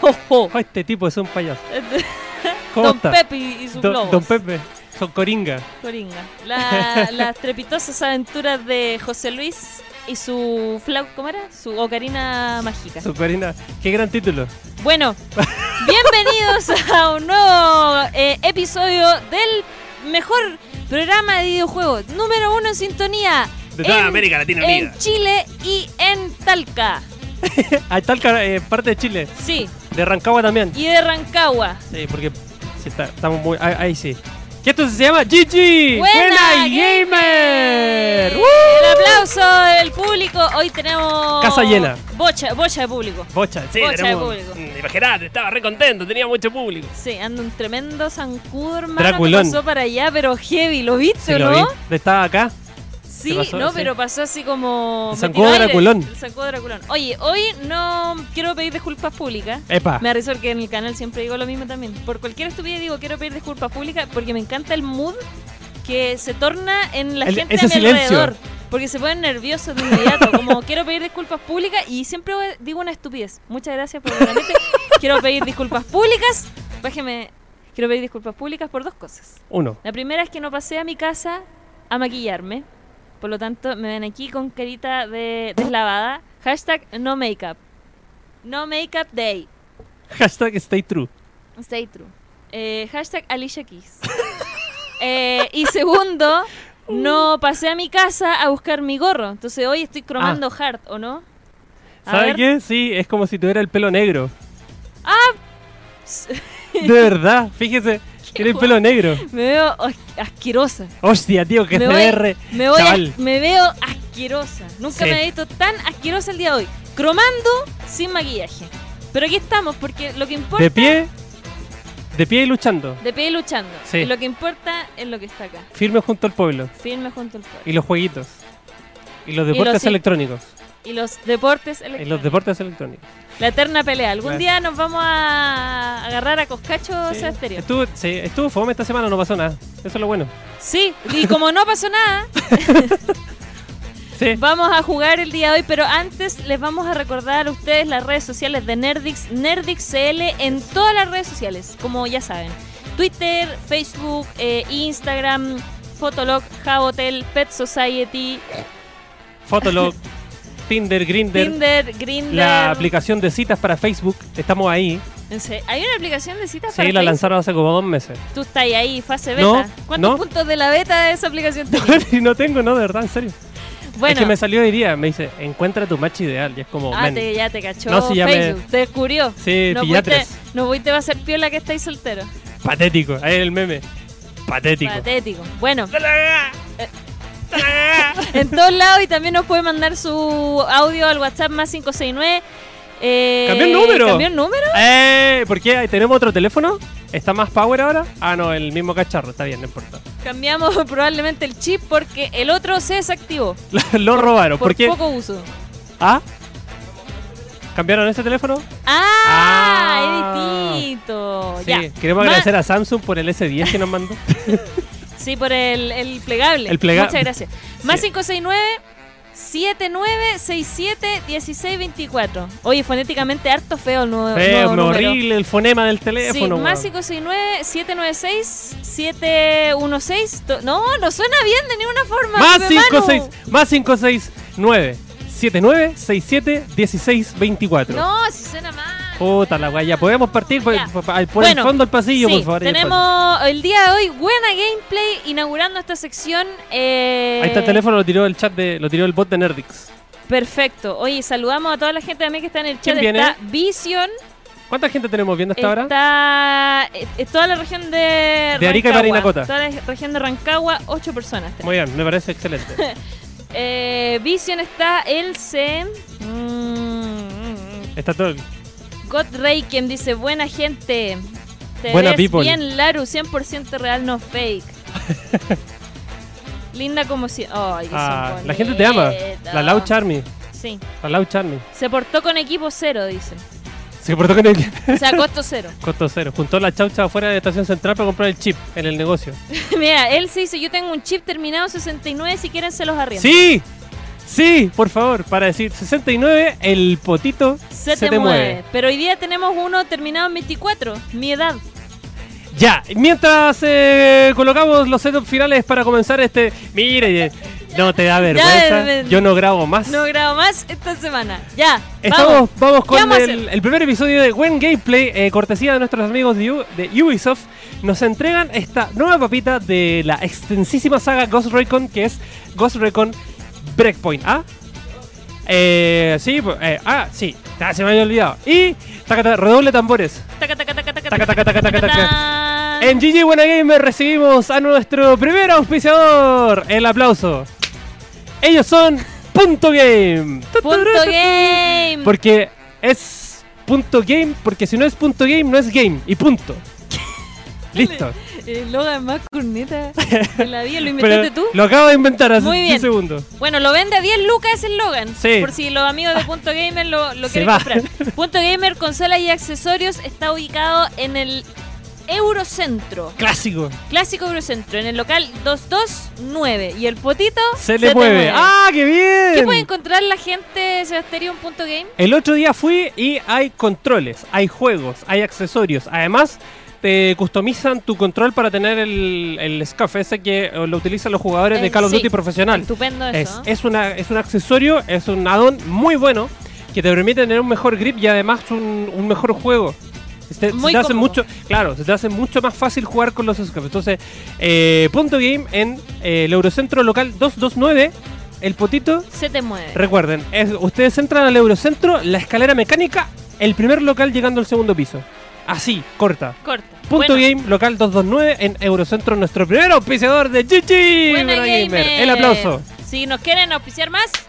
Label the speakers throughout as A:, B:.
A: ojo.
B: Oh, este tipo es un payaso. ¿Cómo
A: Don
B: está?
A: Pepe y y sus
B: Don-
A: globos.
B: Don Pepe, son coringa.
A: Coringa. La- las trepitosas aventuras de José Luis y su flau, ¿cómo era? Su ocarina mágica.
B: Su coringa. Qué gran título.
A: Bueno, bienvenidos a un nuevo eh, episodio del mejor programa de videojuegos, número uno en sintonía
B: De toda
A: en-
B: América Latina
A: en
B: Unida.
A: Chile y en Talca.
B: Ahí está el cara- eh, parte de Chile.
A: Sí,
B: De Rancagua también.
A: y de Rancagua.
B: Sí, porque sí, está- estamos muy. Ahí, ahí sí. Que esto se llama GG.
A: ¡Buena,
B: Gamer. ¡Uh!
A: El aplauso del público. Hoy tenemos.
B: Casa llena.
A: Bocha, bocha de público.
B: Bocha, sí,
A: Bocha de
B: tenemos-
A: público.
B: Mm, Imagínate, estaba re contento, tenía mucho público.
A: Sí, anda un tremendo zancudo, hermano.
B: Draculón.
A: Que pasó para allá, pero heavy. ¿Lo viste
B: Sí,
A: o
B: lo
A: no?
B: vi. Estaba acá.
A: Sí,
B: ¿Te pasó?
A: no,
B: Sí.
A: pero pasó así como.
B: El
A: me
B: zancudo
A: tiró aire.
B: Draculón.
A: El zancudo Draculón. Oye, hoy no quiero pedir disculpas públicas.
B: Epa.
A: Me arriesgo que en el canal siempre digo lo mismo también. Por cualquier estupidez digo quiero pedir disculpas públicas porque me encanta el mood que se torna en la
B: El-
A: gente
B: ese
A: a mi
B: silencio.
A: alrededor. Porque se ponen nerviosos de inmediato. Como quiero pedir disculpas públicas y siempre digo una estupidez. Muchas gracias por realmente quiero pedir disculpas públicas. Bájeme. Quiero pedir disculpas públicas por dos cosas.
B: Uno.
A: La primera es que no pasé a mi casa a maquillarme. Por lo tanto, me ven aquí con carita de deslavada. Hashtag no makeup. No makeup day.
B: Hashtag stay true.
A: Stay true. Eh, hashtag Alicia Keys. Eh, y segundo, no pasé a mi casa a buscar mi gorro. Entonces hoy estoy cromando hard, ¿o no? A
B: ¿Sabes
A: ver.
B: Ah.
A: Ah,
B: qué? Sí, es como si tuviera el pelo negro.
A: S-
B: De verdad, fíjese, tiene el
A: guay.
B: pelo negro.
A: Me veo as- asquerosa.
B: Hostia, tío, que
A: me,
B: se
A: voy,
B: ve re-
A: me, voy
B: Chaval.
A: as- me veo asquerosa. Nunca
B: Sí.
A: me he visto tan asquerosa el día de hoy. Cromando sin maquillaje. Pero aquí estamos, porque lo que importa.
B: De pie, de pie y luchando.
A: De pie y luchando.
B: Sí.
A: Y lo que importa es lo que está acá.
B: Firme junto al pueblo.
A: Firme junto al pueblo.
B: Y los jueguitos. Y los
A: los
B: deportes
A: sí.
B: electrónicos.
A: Y los deportes
B: Y
A: electrónicos.
B: los deportes electrónicos.
A: La eterna pelea. Algún
B: Claro.
A: día nos vamos a agarrar a Coscacho o
B: Sí.
A: sea, estéreo.
B: Estuvo, sí, estuvo fome esta semana, no pasó nada. Eso es lo bueno.
A: Sí, y como no pasó nada,
B: Sí.
A: vamos a jugar el día de hoy, pero antes les vamos a recordar a ustedes las redes sociales de Nerdix, NerdixCL en todas las redes sociales, como ya saben. Twitter, Facebook, eh, Instagram, Fotolog, Jabotel, Pet Society,
B: Fotolog, Tinder, Grinder,
A: Tinder, Ah, Grindr.
B: la aplicación de citas para Facebook. Estamos ahí.
A: No sé, Hay una aplicación de citas
B: Sí,
A: para
B: la
A: Facebook?
B: lanzaron hace como dos meses.
A: Tú estás ahí, fase beta.
B: No,
A: ¿Cuántos
B: no.
A: puntos de la beta de esa aplicación tienes?
B: Y no tengo, no, de verdad, en serio.
A: Bueno,
B: Es que me salió hoy día, me dice, encuentra tu match ideal. Y es como,
A: ah,
B: men,
A: te- ya te cachó
B: No, sí, ya me-
A: Facebook, te descubrió.
B: sí,
A: no
B: pillá
A: fuiste-
B: tres.
A: no fuiste va a ser piola que estáis soltero.
B: Patético, ahí el meme. Patético.
A: Patético. Bueno. en todos lados y también nos puede mandar su audio al WhatsApp más 569. Eh,
B: ¿Cambió el número?
A: ¿Cambió el número?
B: ¡Eh! ¿Por qué? ¿Tenemos otro teléfono? ¿Está más power ahora? Ah, no, el mismo cacharro, está bien, no importa.
A: Cambiamos probablemente el chip porque el otro se desactivó.
B: Lo- Lo robaron,
A: Por
B: ¿por qué?
A: poco uso.
B: ¿Ah? ¿Cambiaron ese teléfono?
A: ¡Ah!
B: Ah.
A: es distinto.
B: Sí,
A: ya.
B: queremos
A: Ma-
B: agradecer a Samsung por el S10 que nos mandó.
A: Sí, por el, el plegable.
B: El plega-
A: Muchas gracias. Más
B: Sí.
A: 569 7967 1624. Oye, fonéticamente harto feo el nuevo,
B: Feo,
A: nuevo
B: me
A: número.
B: Eh, horrible el fonema del teléfono.
A: sí, más
B: weón.
A: 569 796 716. To- No, no suena bien de ninguna forma.
B: Más
A: Pepe
B: 5,
A: Manu.
B: 6, más 5, 6, 9, 7, 9, 6, 7, 16, 24.
A: No, si suena mal.
B: Puta la guaya, podemos partir pues,
A: Ya.
B: por, por- por el
A: Bueno,
B: fondo del pasillo,
A: Sí,
B: por favor. y el fondo.
A: tenemos el día de hoy buena gameplay inaugurando esta sección. eh,
B: Ahí está el teléfono, lo tiró el chat de, lo tiró el bot de Nerdix.
A: Perfecto. Oye, saludamos a toda la gente también que está en el chat.
B: ¿Quién viene?
A: Está Vision.
B: ¿Cuánta gente tenemos viendo hasta ahora?
A: Está eh, eh, toda la región de
B: De Arica y
A: Rancagua.
B: Parinacota.
A: Toda la región de Rancagua, ocho personas.
B: Muy bien, me parece excelente.
A: Eh, Vision está Else. mm, mm, mm.
B: Está todo.
A: God Ray, quien dice, buena gente. Te
B: Buena
A: ves
B: people.
A: bien, Laru, 100% real, no fake. Linda como si... Ay, qué
B: Ah,
A: son
B: la gente te ama.
A: bonitas.
B: La Lau Charmy.
A: Sí.
B: La Lau Charmy.
A: Se portó con equipo cero, dice.
B: Se portó con el
A: O sea, costo cero.
B: costo cero. Juntó la chaucha afuera de la estación central para comprar el chip en el negocio.
A: Mira, él se dice, yo tengo un chip terminado 69, si quieren se los arriendo.
B: ¡Sí! Sí, por favor, para decir 69, el potito
A: Se, te, mueve. Pero hoy día tenemos uno terminado en 24, mi edad.
B: Ya, mientras eh, colocamos los setups finales para comenzar este. Mire, eh, no te da vergüenza.
A: me-
B: Yo no grabo más.
A: No grabo más esta semana. Ya,
B: Estamos,
A: vamos.
B: vamos
A: ¿Qué
B: con
A: vamos a
B: el, el primer episodio de When Gameplay, eh, cortesía de nuestros amigos de, U- de Ubisoft. Nos entregan esta nueva papita de la extensísima saga Ghost Recon, que es Ghost Recon Breakpoint. ¿Ah? Eh, sí, pues, eh, ah, sí, Ah, se me había olvidado. Y taca, taca, redoble tambores.
A: Taca, taca, taca, taca,
B: Taca,
A: taca,
B: taca, taca, taca,
A: taca,
B: taca.
A: tan.
B: En GG Buena Gamer recibimos a nuestro primer auspiciador. El aplauso. Ellos son Punto Game.
A: Punto game.
B: Porque es punto game, porque si no es punto game, no es game. Y punto. Listo.
A: El Eh, Logan más corneta de la vida. ¿Lo inventaste
B: Pero
A: tú?
B: Lo acabo de inventar hace
A: Muy bien.
B: un segundo.
A: Bueno, lo vende a 10 lucas el Logan.
B: Sí.
A: Por si los amigos de Punto Gamer lo, lo
B: Se
A: quieren
B: va.
A: comprar. Punto Gamer, consola y accesorios, está ubicado en el Eurocentro.
B: Clásico.
A: Clásico Eurocentro, en el local 229. Y el potito
B: Se le
A: te
B: mueve. ¡Ah, qué bien!
A: ¿Qué puede encontrar la gente, Sebasterion Punto Game?
B: El otro día fui y hay controles, hay juegos, hay accesorios. Además, te customizan tu control para tener el, el scuff ese que eh, lo utilizan los jugadores
A: Eh,
B: de Call of
A: sí.
B: Duty profesional.
A: Estupendo
B: Es,
A: eso. ¿eh?
B: es una, es un accesorio, es un add-on muy bueno que te permite tener un mejor grip y además un, un mejor juego. Se te, se
A: Muy
B: te hace
A: cómodo.
B: mucho, claro, se te hace mucho más fácil jugar con los scopes. Entonces, eh, punto game en eh, el Eurocentro local 229, el potito.
A: Se te mueve.
B: Recuerden, es- ustedes entran al Eurocentro, la escalera mecánica, el primer local llegando al segundo piso. Así, corta.
A: Corta.
B: Punto
A: Bueno,
B: game local 229 en Eurocentro, nuestro primer auspiciador de Chichi.
A: buena gamer.
B: El aplauso.
A: Si nos quieren auspiciar más,
B: Ya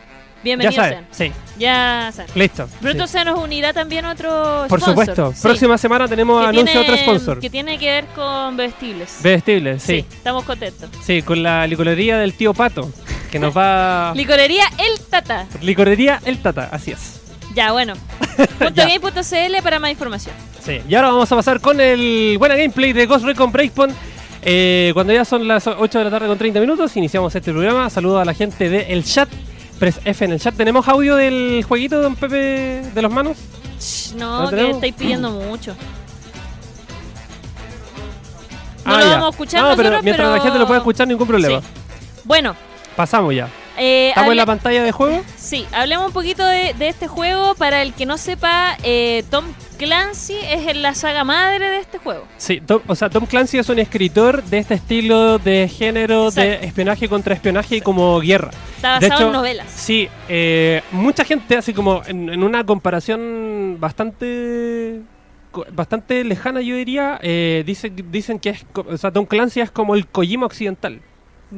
A: bienvenidos
B: saben,
A: sean.
B: sí.
A: Ya saben.
B: Listo.
A: Pronto
B: sí.
A: se nos unirá también otro
B: Por
A: sponsor,
B: supuesto.
A: sí,
B: Próxima semana tenemos
A: que
B: anuncio de otro
A: tiene-
B: sponsor.
A: Que tiene que ver con vestibles.
B: Vestibles, sí.
A: Estamos contentos.
B: sí. con la licorería del tío Pato. Que nos va.
A: Licorería El Tata.
B: licorería El Tata, así es.
A: Ya, bueno.
B: Ya.
A: .game.cl para más información.
B: Sí. Y ahora vamos a pasar con el buena gameplay de Ghost Recon Breakpoint. Eh, cuando ya son las 8 de la tarde con 30 minutos, iniciamos este programa. Saludo a la gente del chat. Press F en el chat. ¿Tenemos audio del jueguito, don Pepe, de los manos?
A: Shh, no,
B: ¿No
A: que
B: tenemos?
A: estáis pidiendo mucho. No
B: Ah,
A: lo
B: ya.
A: vamos a escuchar
B: No, pero
A: nosotros,
B: mientras la
A: pero-
B: gente lo pueda escuchar, ningún problema.
A: Sí. Bueno,
B: Pasamos ya.
A: eh,
B: Estamos en
A: hable-
B: la pantalla de juego.
A: sí, hablemos un poquito de, de este juego. Para el que no sepa, eh, Tom Clancy es en la saga madre de este juego.
B: Sí, Tom- o sea, Tom Clancy es un escritor de este estilo de género de
A: Exacto.
B: espionaje contra espionaje y como guerra.
A: Está
B: De
A: basado en
B: hecho,
A: Ah, novelas.
B: Sí, eh, mucha gente así como en, en una comparación bastante co- bastante lejana yo diría, eh, dice- dicen que es, co- o sea, Tom Clancy es como el Kojima occidental.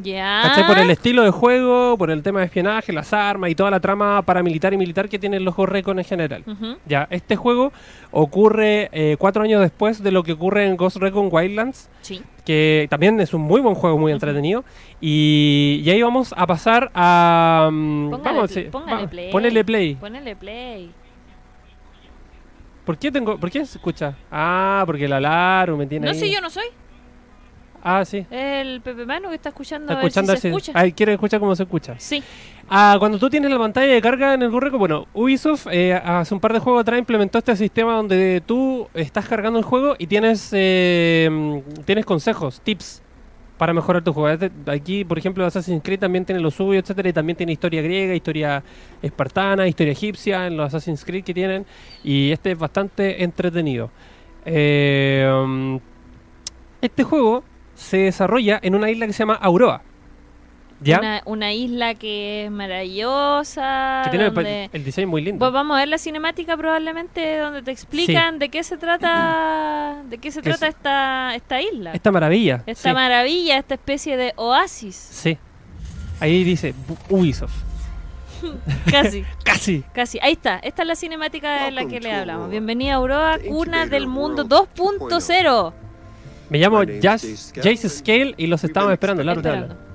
A: Ya.
B: ¿cachai? Por el estilo de juego, por el tema de espionaje, las armas y toda la trama paramilitar y militar que tienen los Ghost Recon en general.
A: Ujú.
B: Ya, este juego ocurre eh, cuatro años después de lo que ocurre en Ghost Recon Wildlands,
A: Sí.
B: que también es un muy buen juego, muy entretenido. Y, y ahí vamos a pasar a... mm,
A: Póngale,
B: vamos,
A: pl-
B: sí,
A: póngale
B: va,
A: play.
B: ponele play.
A: Ponele play.
B: ¿Por qué tengo...? ¿Por qué se escucha? Ah, porque el alarma me tiene
A: No
B: ahí.
A: sé, yo no soy.
B: Ah, sí.
A: El Pepe Mano que está escuchando.
B: Está
A: a ver
B: escuchando
A: si se
B: así.
A: escucha.
B: Ay, quiere escuchar cómo se escucha.
A: Sí.
B: Ah, cuando tú tienes la pantalla de carga en el Ghost Recon, bueno, Ubisoft eh, hace un par de juegos atrás implementó este sistema donde tú estás cargando el juego y tienes, eh, mm, tienes consejos, tips para mejorar tu juego. Este- Aquí, por ejemplo, Assassin's Creed también tiene lo suyo, etcétera, y también tiene historia griega, historia espartana, historia egipcia en los Assassin's Creed que tienen, y este es bastante entretenido. Eh, mm, este juego se desarrolla en una isla que se llama Auroa. ¿Ya?
A: Una, una isla que es maravillosa.
B: Que tiene el,
A: donde-
B: el diseño muy lindo.
A: Pues vamos a ver la cinemática probablemente donde te explican de qué se trata de qué se
B: Que
A: trata
B: se-
A: esta esta isla. Esta,
B: Esta maravilla. sí.
A: maravilla, esta especie de oasis.
B: Sí. Ahí dice Bu- Ubisoft.
A: Casi,
B: Casi.
A: casi. Ahí está. Esta es la cinemática de la que
C: Welcome
A: le
C: to
A: hablamos.
C: Aurora,
A: Bienvenida a Aurora,
C: the
A: cuna del
C: incubator
A: mundo
C: world
A: 2.0.
B: Me llamo
C: My name is Jace
B: Jazz-
C: Scale.
B: Jace Scale y los
C: We've
B: estamos
C: been
B: esperando. Claro, te
A: Esperando.
B: hablan.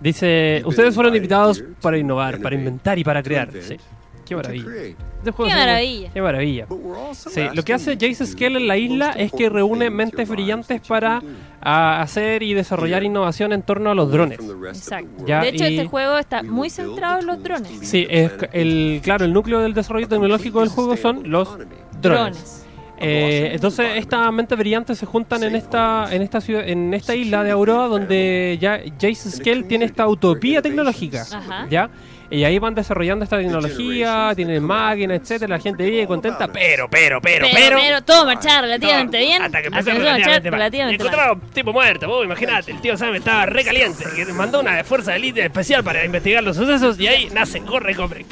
B: Dice, ustedes fueron invitados para innovar, para inventar y para crear. Sí. Qué maravilla. Este
A: Qué
B: juego es muy-
A: maravilla.
B: Qué maravilla.
C: Sí, lo que hace Jason
B: Scale
C: Skell en la isla es que reúne mentes brillantes para
B: a hacer y desarrollar innovación en torno a los drones.
A: Exacto.
B: Ya,
A: de hecho,
B: y-
A: este juego está muy centrado en los drones.
B: Sí, es c- el, claro, el núcleo del desarrollo tecnológico del juego son los drones. Eh, entonces estas mentes brillantes se juntan en esta en esta ciudad, en esta isla de Aurora donde ya Jason Scale tiene esta utopía tecnológica,
A: Ajá.
B: ¿ya? Y ahí van desarrollando esta tecnología, tienen máquinas, etcétera, la gente vive contenta, pero pero pero
A: Pero,
B: pero,
A: pero, todo marchar relativamente bien.
B: Hasta que
A: Hasta
B: empezó
A: que todo
B: relativamente
A: marchar
B: mal.
A: relativamente mal.
B: Encontraron un tipo muerto, vos imaginate. El tío Sam estaba re caliente. Y mandó una fuerza de élite especial para investigar los sucesos y ahí nace, corre, corre.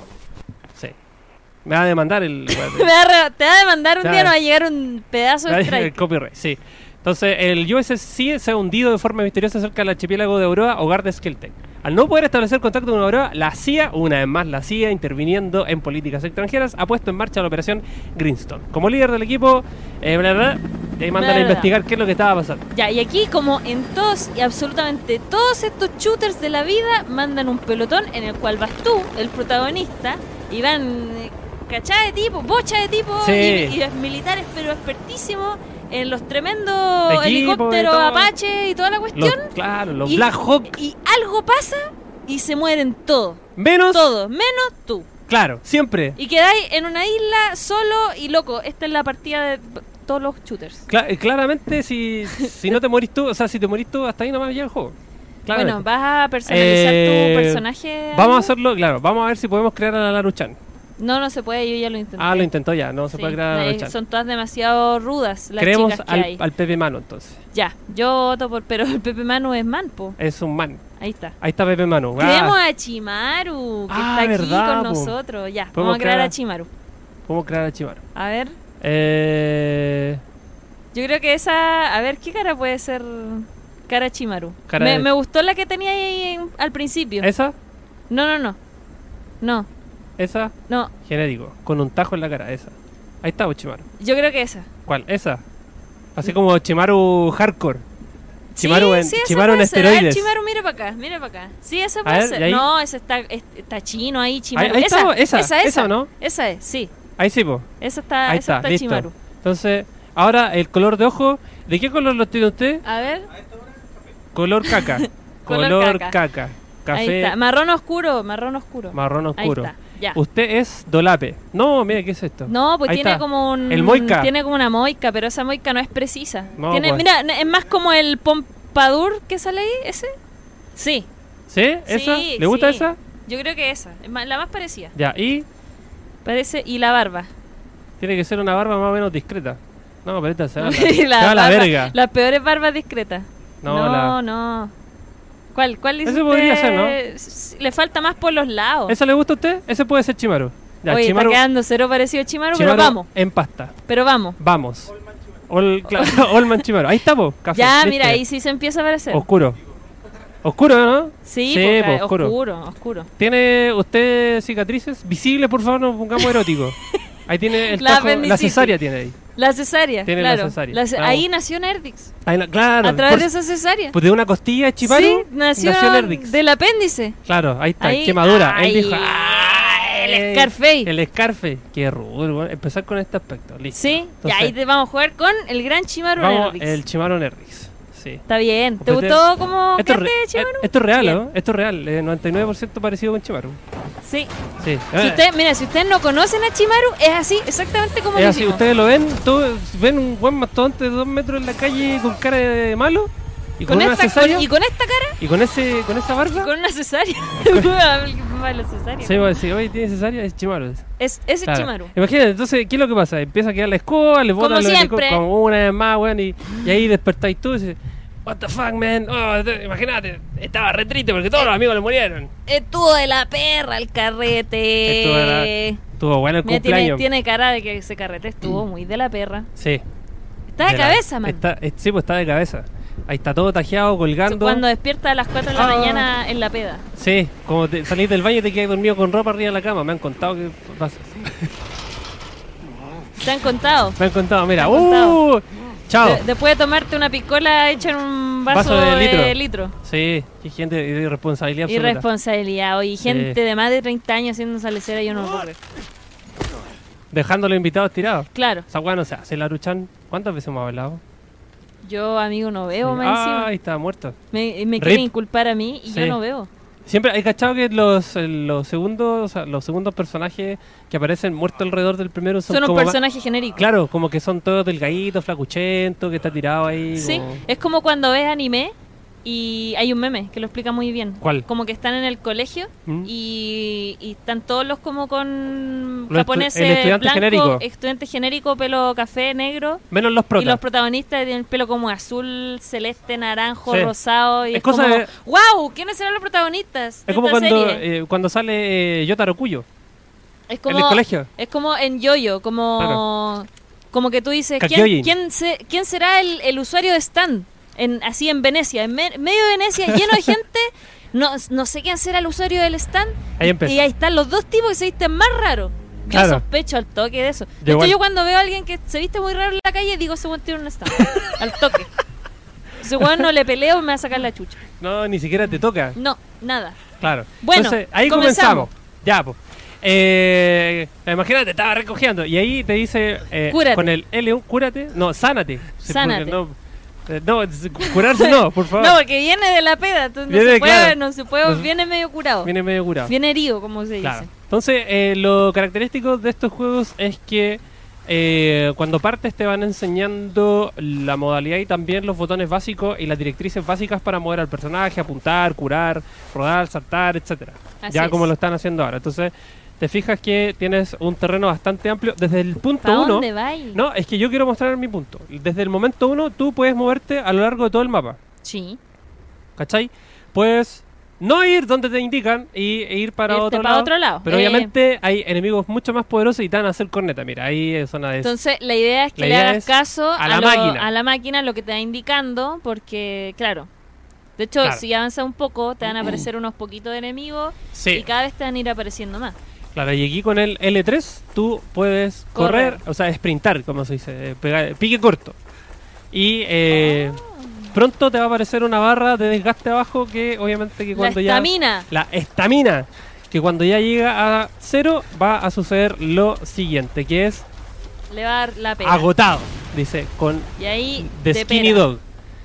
B: Sí. Me va a demandar el...
A: Te va a re- te va a demandar un
B: Claro.
A: día, no va a llegar un pedazo de
B: el
A: strike.
B: copyright, sí. Entonces, el USS se ha hundido de forma misteriosa cerca del archipiélago de Aurora, hogar de Skeltec. Al no poder establecer contacto con Aurora, la CIA, una vez más la CIA, interviniendo en políticas extranjeras, ha puesto en marcha la operación Greenstone. Como líder del equipo, eh, bla, bla, bla, y ahí mandan a
A: Bla, bla,
B: investigar qué es lo que estaba pasando.
A: Ya, y aquí, como en todos y absolutamente todos estos shooters de la vida, mandan un pelotón en el cual vas tú, el protagonista, y van eh, cachada de tipo, bocha de tipo,
B: Sí.
A: y, y los militares, pero expertísimos en los tremendos
B: Equipo y
A: helicópteros
B: todo.
A: Apache y toda la
B: Los,
A: cuestión.
B: claro, los
A: y,
B: Black Hawk.
A: y algo pasa y se mueren todos,
B: Menos,
A: todos, menos tú.
B: claro, siempre.
A: Y quedáis en una isla solo y loco. Esta es la partida de b- todos los shooters.
B: Cla- eh, claramente, si, si no te morís tú, o sea, si te morís tú, hasta ahí nomás llega el juego. Claramente.
A: Bueno, ¿vas a personalizar
B: Eh,
A: tu personaje?
B: Vamos a
A: amigo?
B: hacerlo, claro, vamos a ver si podemos crear a la Laruchan.
A: No, no se puede, yo ya lo intenté.
B: Ah, lo intentó ya, no se
A: Sí,
B: puede crear a la
A: eh,
B: Laruchan.
A: Son todas demasiado rudas las
B: Creemos
A: chicas que
B: al,
A: hay.
B: al Pepe Mano entonces.
A: Ya, yo voto por... Pero el Pepe Manu es man, po.
B: Es un man.
A: Ahí está.
B: Ahí está Pepe Mano. Ah,
A: Creemos a Chimaru, que
B: Ah,
A: está aquí
B: verdad,
A: con
B: po.
A: nosotros. Ya,
B: Podemos
A: vamos a crear
B: crear
A: a
B: a-
A: Chimaru.
B: ¿Cómo crear a Chimaro?
A: A ver,
B: Eh,
A: yo creo que esa... A ver, ¿qué cara puede ser cara Chimaru?
B: Cara
A: me,
B: de-
A: me gustó la que tenía ahí en- al principio.
B: ¿Esa?
A: No, no, no. No,
B: ¿Esa?
A: no.
B: Genérico. Con un tajo en la cara, esa. Ahí está Ochimaru.
A: Yo creo que esa.
B: ¿Cuál? ¿Esa? Así como Ochimaru hardcore. Chimaru en-
A: esa
B: Chimaru en
A: puede ser. A ver,
B: esteroides.
A: Chimaru, mira para acá, mira para acá. Sí, esa
B: A
A: puede
B: ver,
A: ser.
B: ¿y ahí?
A: No, esa está, es- está chino ahí, Chimaru.
B: Ahí- ahí
A: esa,
B: está, esa,
A: esa,
B: esa, ¿no?
A: Esa es, sí.
B: Ahí sí, po.
A: Esa está,
B: Ahí
A: Ah, esa
B: está,
A: está,
B: listo.
A: Chimaru.
B: Entonces, ahora el color de ojo. ¿De qué color lo tiene usted?
A: A ver,
B: Color caca.
A: Color
B: color
A: caca.
B: caca.
A: ahí
B: Café,
A: está. Marrón oscuro, marrón oscuro.
B: marrón
A: ahí
B: oscuro.
A: está, ya.
B: Usted es Dolape. No, mira, ¿qué es esto?
A: No, pues
B: Ahí
A: tiene
B: está.
A: como un...
B: El moica.
A: Tiene como una moica, pero esa moica no es precisa.
B: No,
A: tiene,
B: pues.
A: Mira, es más como el pompadour que sale ahí, ese. Sí,
B: ¿Sí? ¿Esa?
A: Sí,
B: ¿Le gusta
A: sí.
B: esa?
A: yo creo que esa. es más- La más parecida.
B: Ya, y
A: Parece, y la barba.
B: tiene que ser una barba más o menos discreta. No, pero esta se va a la,
A: Y
B: se va a la
A: barba-
B: verga.
A: Las peores barbas discretas.
B: No,
A: No, no.
B: la-
A: ¿Cuál, cuál dice
B: Ese podría
A: usted?
B: ser, ¿no?
A: S- Le falta más por los lados.
B: ¿Esa le gusta a usted? Ese puede ser Chimaru. Ya,
A: Oye,
B: Chimaru,
A: está quedando cero parecido a Chimaru,
B: Chimaru
A: pero vamos,
B: en pasta.
A: pero vamos.
B: Vamos. All, claro, Olman Chimaru. Ahí estamos. Café,
A: ya,
B: ¿viste?
A: mira, ahí sí se empieza a parecer.
B: Oscuro. Oscuro, ¿no?
A: sí,
B: sí,
A: porque-
B: po,
A: oscuro.
B: oscuro.
A: oscuro,
B: ¿Tiene usted cicatrices? Visibles, por favor, no pongamos erótico. Ahí tiene el
A: La
B: tajo, la
A: apendicitis.
B: cesárea tiene ahí.
A: La cesárea,
B: Tiene la
A: claro.
B: cesárea,
A: La ce-
B: vamos.
A: ahí nació Nerdix.
B: Ahí la- claro.
A: a través
B: por-
A: de esa cesárea.
B: pues de una costilla de Chimaru
A: sí, nació,
B: Nerdix.
A: del apéndice.
B: Claro, ahí está,
A: Ahí-
B: quemadura.
A: ay,
B: Él dijo, ¡ah!
A: el Scarface.
B: El Scarface. Qué rudo, bueno, empezar con este aspecto. Listo.
A: Sí, y
B: Entonces,
A: ahí te vamos a jugar con el gran Chimaru
B: vamos,
A: Nerdix.
B: el Chimaru Nerdix. Sí.
A: Está bien. ¿Te
B: Pues te-
A: gustó cómo
B: Esto es,
A: quedaste,
B: re-
A: Chimaru?
B: eh, esto es real,
A: Bien.
B: ¿no? Esto es real. eh, 99% parecido con Chimaru.
A: Sí.
B: Sí.
A: Si
B: Eh,
A: usted, mira, si ustedes no conocen a Chimaru, es así, exactamente como
B: es
A: lo
B: así,
A: hicimos.
B: ustedes lo ven, todos ven un buen mastodonte de dos metros en la calle con cara de malo y con,
A: con
B: una
A: esta,
B: cesárea
A: con- y
B: y,
A: con esta cara,
B: con ese con esa barba.
A: con una cesárea. Mala cesárea.
B: Sí, va a decir, oye, tiene cesárea, es Chimaru.
A: Es, ese
B: Claro.
A: Chimaru.
B: Imagínate, entonces, ¿qué es lo que pasa? Empieza a quedar la escoba, le
A: Como
B: botan los
A: siempre.
B: helicópteros como una vez más, weón, y, y ahí despertáis tú y dices, What the fuck, man? Oh, te- imagínate, estaba re triste porque
A: Eh,
B: todos los amigos le murieron.
A: Estuvo de la perra el carrete.
B: Estuvo de Tuvo bueno el
A: eh, Mira, tiene,
B: cumpleaños.
A: tiene cara de que ese carrete estuvo muy de la perra.
B: Sí.
A: Está de,
B: la-
A: cabeza, man.
B: Está, es- sí, pues está de cabeza. Ahí está todo tajeado, colgando.
A: Cuando despierta a las 4 de la
B: Ah.
A: mañana en la peda.
B: Sí, como te salís del baño y te quedas dormido con ropa arriba de la cama. Me han contado que pasa.
A: ¿Te han contado?
B: Me han contado, mira.
A: Me han contado.
B: ¡Uh! Chao.
A: De- después de tomarte una picola hecha en un vaso, de, litro.
B: Sí, qué gente de irresponsabilidad absoluta.
A: Irresponsabilidad, oye, gente
B: Sí.
A: de más de 30 años haciendo esa lecera y uno corre.
B: Dejando a los invitados tirados.
A: Claro,
B: Esa weá no se hace, la Ruchan. ¿Cuántas veces hemos hablado?
A: yo amigo no veo
B: Sí.
A: más
B: ah,
A: encima.
B: ahí está muerto.
A: Me, me
B: Rip.
A: quieren inculpar a mí y yo
B: Sí.
A: no veo.
B: Siempre hay cachado que los, eh, los segundos o sea, los segundos personajes que aparecen muertos alrededor del primero son,
A: Son un
B: como más-
A: personaje genérico.
B: Claro, como que son todos delgaditos, flacuchentos, que está tirado ahí.
A: Sí,
B: como-
A: es como cuando ves anime y hay un meme que lo explica muy bien.
B: ¿Cuál?
A: Como que están en el colegio
B: ¿Mm?
A: y, y están todos los como con
B: Los estu-
A: japoneses
B: el estudiante
A: blancos,
B: genérico.
A: estudiante genérico, pelo café, negro.
B: Menos
A: Y
B: los
A: los
B: protas.
A: protagonistas tienen el pelo como azul, celeste, naranjo,
B: Sí.
A: rosado. Y es,
B: Es cosa
A: como,
B: de-
A: wow, ¿quiénes serán los protagonistas de
B: es como
A: esta
B: cuando,
A: serie?
B: eh, cuando sale eh, Yotaro Cuyo
A: es
B: en el
A: como,
B: colegio.
A: es como en Yoyo, como, como que tú dices, ¿quién,
B: Kakyoin.
A: quién, se- quién será el, el usuario de Stan? En, así en Venecia, en me- medio de Venecia, lleno de gente, no, no sé quién será el usuario del Stan.
B: Ahí empieza.
A: Y ahí están los dos tipos que se visten más raro. Yo
B: Claro.
A: sospecho al toque de eso. De
B: Yo
A: hecho,
B: igual.
A: yo cuando veo a alguien que se viste muy raro en la calle, digo, ese weón tiene un stand. al toque. Ese weón no le peleo, me va a sacar la chucha.
B: No, ni siquiera te toca.
A: No, nada.
B: Claro.
A: Bueno,
B: Entonces, ahí
A: comenzamos.
B: comenzamos. Ya, pues. Eh, imagínate, estaba recogiendo. Y ahí te dice. eh,
A: Cúrate.
B: Con el L1, cúrate. No, sánate. Sí, porque
A: Sánate.
B: No, eh, no, es- curarse no, por favor.
A: No, porque viene de la peda, entonces no
B: Viene,
A: se puede,
B: claro.
A: no se puede,
B: No se-
A: viene medio curado. Viene,
B: Viene medio curado.
A: herido, como se dice.
B: Claro. Entonces, eh, lo característico de estos juegos es que eh, cuando partes te van enseñando la modalidad y también los botones básicos y las directrices básicas para mover al personaje, apuntar, curar, rodar, saltar, etcétera.
A: Así
B: Ya
A: es.
B: como lo están haciendo ahora. Entonces, te fijas que tienes un terreno bastante amplio desde el
A: ¿Para
B: punto 1.
A: dónde va ahí?
B: No, es que yo quiero mostrar mi punto. Desde el momento 1 tú puedes moverte a lo largo de todo el mapa.
A: Sí.
B: ¿cachai? Pues no ir donde te indican y e ir para,
A: Irte
B: otro,
A: para
B: lado,
A: otro lado,
B: Pero
A: eh.
B: obviamente hay enemigos mucho más poderosos y te van a hacer corneta. Mira, ahí es zona de...
A: Entonces, la idea es que
B: La
A: le
B: idea
A: hagas
B: es
A: caso
B: a la
A: lo-
B: máquina.
A: a la máquina, lo que te va indicando, porque, claro. De hecho,
B: Claro. Mm.
A: si avanzas un poco, te van a aparecer unos poquitos de enemigos y
B: sí,
A: cada vez te van a ir apareciendo más.
B: claro. Y aquí con el L3 tú puedes correr,
A: Correr.
B: o sea, sprintar, como se dice, eh, pegar- pique corto. Y eh,
A: Ah.
B: pronto te va a aparecer una barra de desgaste abajo que obviamente que
A: La
B: cuando ya...
A: estamina.
B: la estamina. Que cuando ya llega a cero va a suceder lo siguiente, que es
A: Le va a dar la pena.
B: agotado. Dice, con
A: Y ahí.
B: de
A: te
B: Skinny
A: pega.
B: Dog.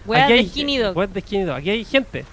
A: Weas
B: Aquí
A: de
B: hay-
A: Skinny Dog.
B: weas de Skinny Dog. Aquí hay gente,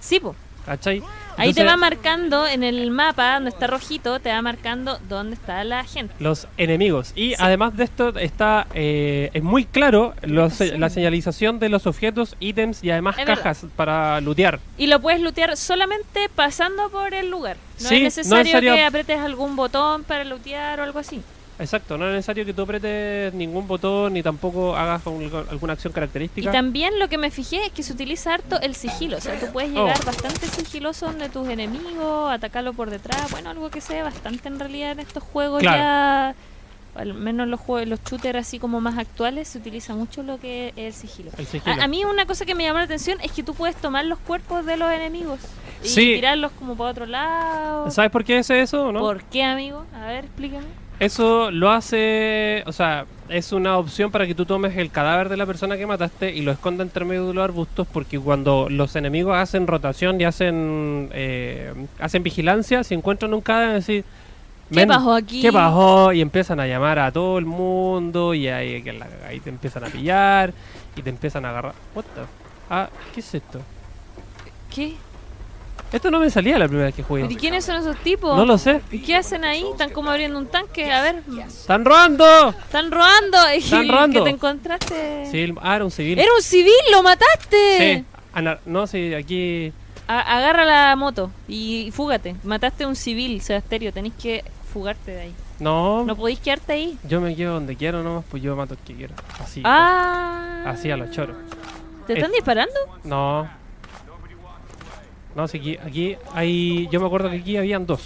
A: Sí, po.
B: ¿cachai?
A: Ahí te
B: Entonces,
A: va marcando en el mapa, donde está rojito, te va marcando dónde está la gente.
B: Los enemigos. Y además de esto, está eh, es muy claro los-
A: Sí.
B: la señalización de los objetos, ítems y además
A: Es
B: cajas para lootear.
A: Y lo puedes lootear solamente pasando por el lugar. No es
B: Sí, no es
A: necesario
B: necesario-
A: que apretes algún botón para lootear o algo así.
B: Exacto, no es necesario que tú apretes ningún botón ni tampoco hagas un- alguna acción
A: Y
B: característica.
A: también lo que me fijé es que se utiliza harto el sigilo. O sea, tú puedes
B: Oh.
A: llegar bastante sigiloso donde tus enemigos, atacarlo por detrás. Bueno, algo que se ve bastante en realidad en estos juegos ya. Al menos los juegos, los shooters así como más actuales, se utiliza mucho lo que es el sigilo.
B: El sigilo.
A: A, a mí una cosa que me llamó la atención es que tú puedes tomar los cuerpos de los enemigos y
B: Sí.
A: tirarlos como para otro lado.
B: ¿Sabes por qué es eso o no?
A: ¿Por qué, amigo? A ver, explícame.
B: Eso lo hace, o sea, es una opción para que tú tomes el cadáver de la persona que mataste y lo escondas entre medio de los arbustos porque cuando los enemigos hacen rotación y hacen eh, hacen vigilancia, si encuentran un cadáver, decir,
A: ¿Qué pasó aquí?"
B: ¿Qué pasó? Y empiezan a llamar a todo el mundo y ahí, que la- ahí te empiezan a pillar y te empiezan a agarrar. What the- Ah, ¿qué es esto?
A: ¿Qué?
B: Esto no me salía la primera vez que jugué.
A: ¿Y quiénes son esos tipos?
B: No lo sé.
A: ¿Y qué hacen ahí? Están como abriendo un tanque. A ver,
B: ¡Están robando!
A: están robando.
B: Están
A: Y
B: robando.
A: que te encontraste.
B: Sí, el- ah, era un civil.
A: Era un civil, lo mataste.
B: Sí, ana- no, sí, aquí.
A: A- agarra la moto y fúgate. Mataste a un civil, Sebasterio. Tenés que fugarte de ahí.
B: No,
A: No podéis quedarte ahí.
B: yo me quedo donde quiero nomás, pues yo mato al que quiero. Así.
A: Ah.
B: Así a los choros.
A: ¿Te están
B: Eh.
A: disparando?
B: No. No, sí, aquí, aquí hay. Yo me acuerdo que aquí habían dos.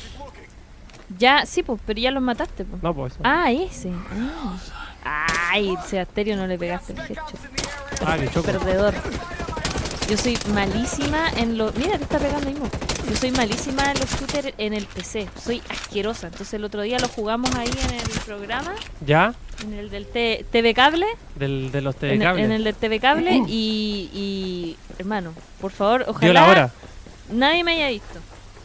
A: Ya, sí, pues, pero ya los mataste, pues.
B: No, pues.
A: Ah, ese. Ah. Ay, Sebasterio, no le pegaste el headshot.
B: Ah, qué choco.
A: Perdedor. Yo soy malísima en lo. Mira, te está pegando ahí mismo. Yo soy malísima en los shooters en el PC. Soy asquerosa. Entonces el otro día lo jugamos ahí en el programa,
B: ¿Ya?
A: en el del T- TV Cable.
B: Del, de los
A: en, el,
B: telecables.
A: en el del TV Cable. y, y, hermano, por favor, ojalá
B: Dio Mm. la hora.
A: nadie me haya visto.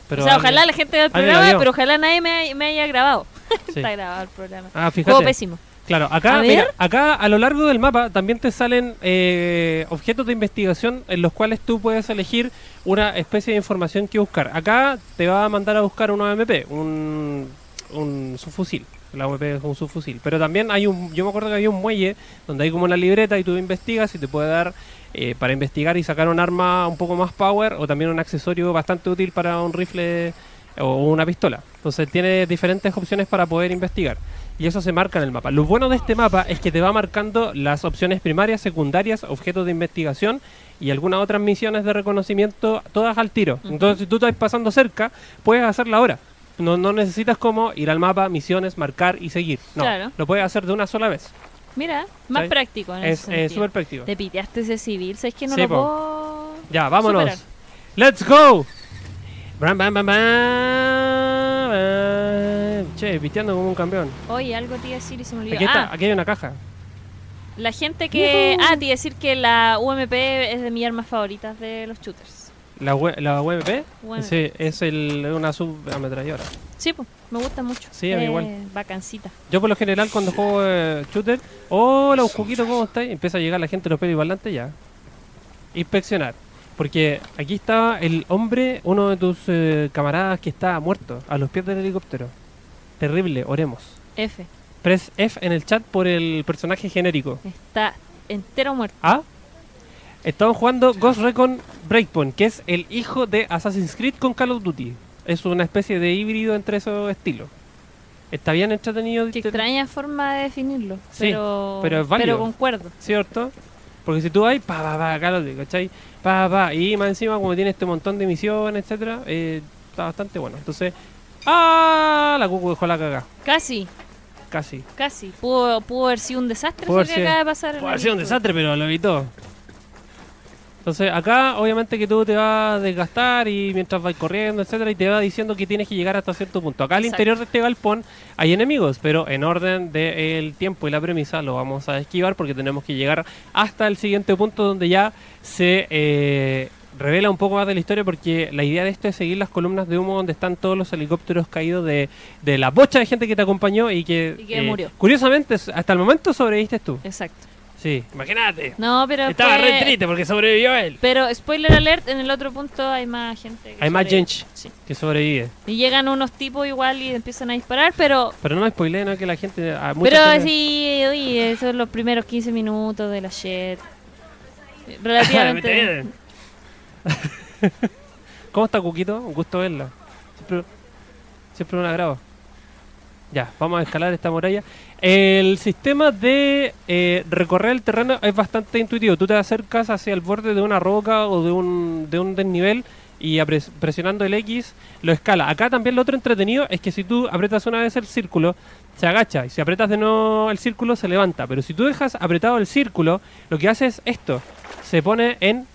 B: Pero
A: o sea,
B: alguien-
A: ojalá la gente vea el
B: alguien la
A: programa,
B: vio.
A: pero ojalá nadie me, haya- me haya grabado.
B: sí.
A: Está grabado el programa. Juego
B: Ah, fíjate.
A: pésimo.
B: Claro, acá,
A: A
B: mira,
A: ver.
B: acá a lo largo del mapa también te salen eh, objetos de investigación en los cuales tú puedes elegir una especie de información que buscar. Acá te va a mandar a buscar una AMP, un, un subfusil. La AMP es un subfusil. Pero también hay un, yo me acuerdo que había un muelle donde hay como una libreta y tú investigas y te puede dar eh, para investigar y sacar un arma un poco más power o también un accesorio bastante útil para un rifle o una pistola. Entonces tiene diferentes opciones para poder investigar. Y eso se marca en el mapa. Lo bueno de este mapa es que te va marcando las opciones primarias, secundarias, objetos de investigación y algunas otras misiones de reconocimiento, todas al tiro.
A: Ujú.
B: Entonces, si tú estás pasando cerca, puedes hacerla ahora. No, no necesitas como ir al mapa, misiones, marcar y seguir. No,
A: Claro.
B: lo puedes hacer de una sola vez.
A: Mira, más
B: ¿Sabes?
A: práctico. En
B: Es
A: ese
B: eh,
A: sentido.
B: súper práctico.
A: Te piteaste ese civil, ¿sabes que no
B: Sí,
A: lo
B: po.
A: puedo...?
B: Ya, vámonos.
A: Superar.
B: Let's go. Bram, bam, bam, bam. Che, piteando como un campeón.
A: Oye, algo te iba a decir y se me olvidó.
B: Aquí, está,
A: Ah,
B: aquí hay una caja.
A: la gente que... Ah, te iba a decir que la UMP es de mis armas favoritas de los shooters.
B: La, UE la UMP
A: UMP. Sí,
B: Sí, es el, una subametralladora.
A: po, me gusta mucho.
B: Sí, a mí
A: Eh,
B: igual.
A: Bacancita.
B: Yo por lo general cuando juego eh, shooter, hola, un poquito, ¿cómo estáis? Empieza a llegar la gente de los pelos y parlantes ya. Inspeccionar. Porque aquí estaba el hombre, uno de tus eh, camaradas que está muerto, a los pies del helicóptero. Terrible, oremos.
A: F.
B: Press F en el chat por el personaje genérico.
A: Está entero muerto.
B: ¿Ah? Estamos jugando Ghost Recon Breakpoint, que es el hijo de Assassin's Creed con Call of Duty. Es una especie de híbrido entre esos estilos. Está bien entretenido.
A: Qué
B: te-
A: extraña forma de definirlo.
B: Sí,
A: pero,
B: pero es válido.
A: concuerdo.
B: ¿cierto? Porque si tú vas, pa, pa, pa, Call of Duty, ¿cachai? Pa, pa, y más encima, como tiene este montón de misiones, etcétera, eh, está bastante bueno. Entonces, ¡ah! La cucu dejó la cagá,
A: Casi,
B: casi.
A: casi. Pudo, pudo haber sido un desastre
B: Pudo
A: lo
B: haber
A: que
B: sido-
A: acaba de pasar. en
B: Puede
A: el
B: ser un
A: YouTube.
B: desastre, pero lo evitó. Entonces, acá obviamente que tú te vas a desgastar y mientras vas corriendo, etcétera, y te va diciendo que tienes que llegar hasta cierto punto. Acá al
A: Exacto.
B: interior de este galpón hay enemigos, pero en orden del tiempo y la premisa lo vamos a esquivar porque tenemos que llegar hasta el siguiente punto donde ya se eh, revela un poco más de la historia porque la idea de esto es seguir las columnas de humo donde están todos los helicópteros caídos de, de la bocha de gente que te acompañó y que, eh,
A: Y que murió.
B: Curiosamente, hasta el momento sobreviviste tú.
A: Exacto.
B: Sí. Imagínate.
A: No, pero
B: Estaba
A: fue-
B: re triste porque sobrevivió él.
A: Pero spoiler alert, en el otro punto hay más gente. que
B: Hay más
A: sobrevive.
B: gente.
A: Sí.
B: Que sobrevive.
A: Y llegan unos tipos igual y empiezan a disparar, pero...
B: Pero no spoileen, no que la gente. a mucha
A: Pero
B: gente-
A: sí, oye, esos son los primeros 15 minutos de la shit.
B: Ah,
A: Relativamente...
B: ¿Cómo está Cuquito? Un gusto verla. Siempre, siempre un agrado. Ya, vamos a escalar esta muralla. El sistema de eh, recorrer el terreno es bastante intuitivo. Tú te acercas hacia el borde de una roca o de un, de un desnivel y apres- presionando el X lo escala. Acá también lo otro entretenido es que si tú apretas una vez el círculo, se agacha. Y si apretas de nuevo el círculo, se levanta. Pero si tú dejas apretado el círculo, lo que hace es esto. Se pone en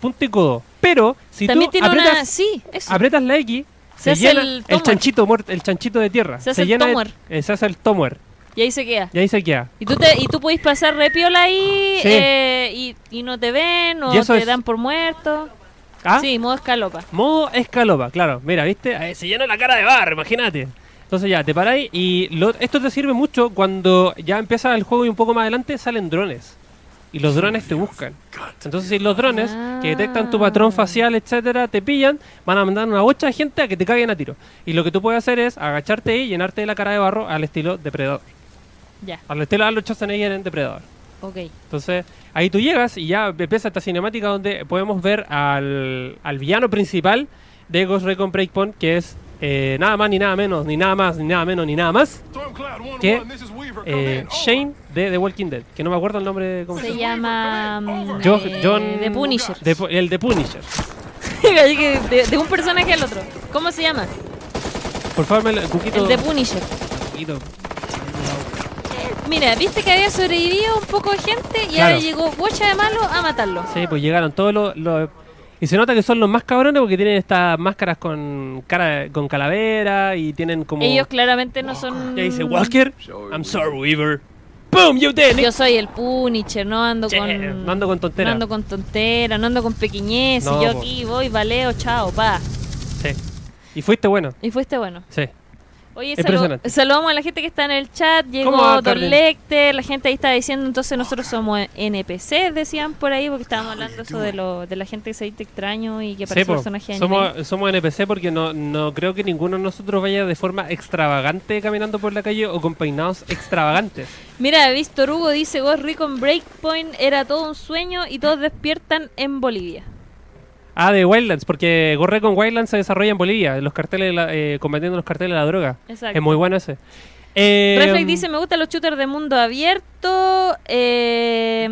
B: punto y codo. Pero si
A: También
B: tú
A: tiene
B: apretas,
A: una... Sí, eso.
B: apretas la X,
A: Se
B: se,
A: hace
B: llena
A: el
B: el,
A: tomahawk.
B: chanchito muerto, el chanchito de tierra.
A: Se hace el
B: llena de-
A: tomahawk.
B: eh, se hace el tomahawk.
A: Y ahí se queda.
B: Y ahí se queda.
A: Y tú, te, y tú podés pasar repiola ahí
B: Sí.
A: eh, y, y no te ven o
B: Y eso
A: te
B: es-
A: dan por muerto.
B: ¿Ah?
A: Sí, modo escalopa.
B: Modo escalopa, claro. Mira, ¿viste? Eh, se llena la cara de barro, imagínate. Entonces ya, te paráis y lo- esto te sirve mucho cuando ya empieza el juego y un poco más adelante salen drones. Y los drones te buscan. Entonces si los drones que detectan tu patrón
A: Ah.
B: facial, etcétera, te pillan, van a mandar una bocha de gente a que te caguen a tiro. Y lo que tú puedes hacer es agacharte y llenarte de la cara de barro al estilo depredador.
A: Ya,
B: Al estilo de Arnold Schwarzenegger en depredador.
A: ok.
B: Entonces, ahí tú llegas y ya empieza esta cinemática donde podemos ver al, al villano principal de Ghost Recon Breakpoint, que es eh, nada más ni nada menos, ni nada más, ni nada menos, ni nada más,
C: que
B: eh, Shane de The Walking Dead, que no me acuerdo el nombre de cómo se
A: Se
B: llama.
A: llama... mm,
B: Jo-
A: eh,
B: John-
A: The Punisher.
B: De pu- el de Punisher.
A: Así que de, de un personaje al otro. ¿Cómo se llama?
B: Por favor, me lo- Cuquito.
A: El de Punisher.
B: Cuquito.
A: Mira, viste que había sobrevivido un poco de gente y
B: Claro.
A: ahora llegó Bocha de Malo a matarlo.
B: Sí, pues llegaron todos los, los- Y se nota que son los más cabrones porque tienen estas máscaras con cara con calavera y tienen como.
A: Ellos claramente no son.
B: Oh, Ya dice Walker, I'm sorry, Weaver. ¡Boom! You're dead.
A: Yo soy el Punisher, no ando
B: Che, eh,
A: con.
B: no ando con tontera.
A: No ando con tontera, no ando con pequeñez.
B: No,
A: yo
B: po.
A: aquí voy, valeo, chao, pa.
B: Sí. Y fuiste bueno.
A: Y fuiste bueno.
B: Sí.
A: Oye, salu-
B: Impresionante.
A: saludamos a la gente que está en el chat.
B: ¿Cómo va,
A: Llegó Don
B: Carlin?
A: Lecter, la gente ahí está diciendo, entonces nosotros somos NPC, decían por ahí, porque
B: Ah,
A: estábamos hablando eso de, lo, de la gente que se dice extraño y que
B: Sí,
A: parece
B: po.
A: personaje de anime.
B: somos, somos NPC porque no, no creo que ninguno de nosotros vaya de forma extravagante caminando por la calle o con peinados extravagantes.
A: Mira, Víctor Hugo dice, Ghost Recon Breakpoint era todo un sueño y todos despiertan en Bolivia.
B: Ah, de Wildlands, porque Gorre con Wildlands se desarrolla en Bolivia, los carteles de la- eh, combatiendo los carteles de la droga.
A: Exacto.
B: Es muy bueno ese. Eh,
A: Reflex dice, me gustan los shooters de mundo abierto. Eh,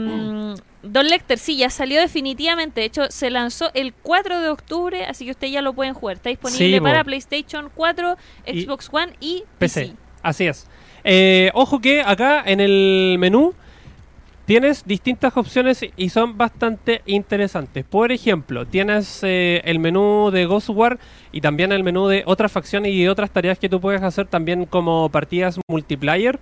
A: Don Lecter, sí, ya salió definitivamente. De hecho, se lanzó el 4 de octubre, así que ustedes ya lo pueden jugar. Está disponible
B: Sí, bo.
A: para PlayStation 4,
B: Y-
A: Xbox One y PC.
B: PC. Así es. Eh, ojo que acá en el menú tienes distintas opciones y son bastante interesantes. Por ejemplo, tienes eh, el menú de Ghost War y también el menú de otras facciones y de otras tareas que tú puedes hacer también como partidas multiplayer.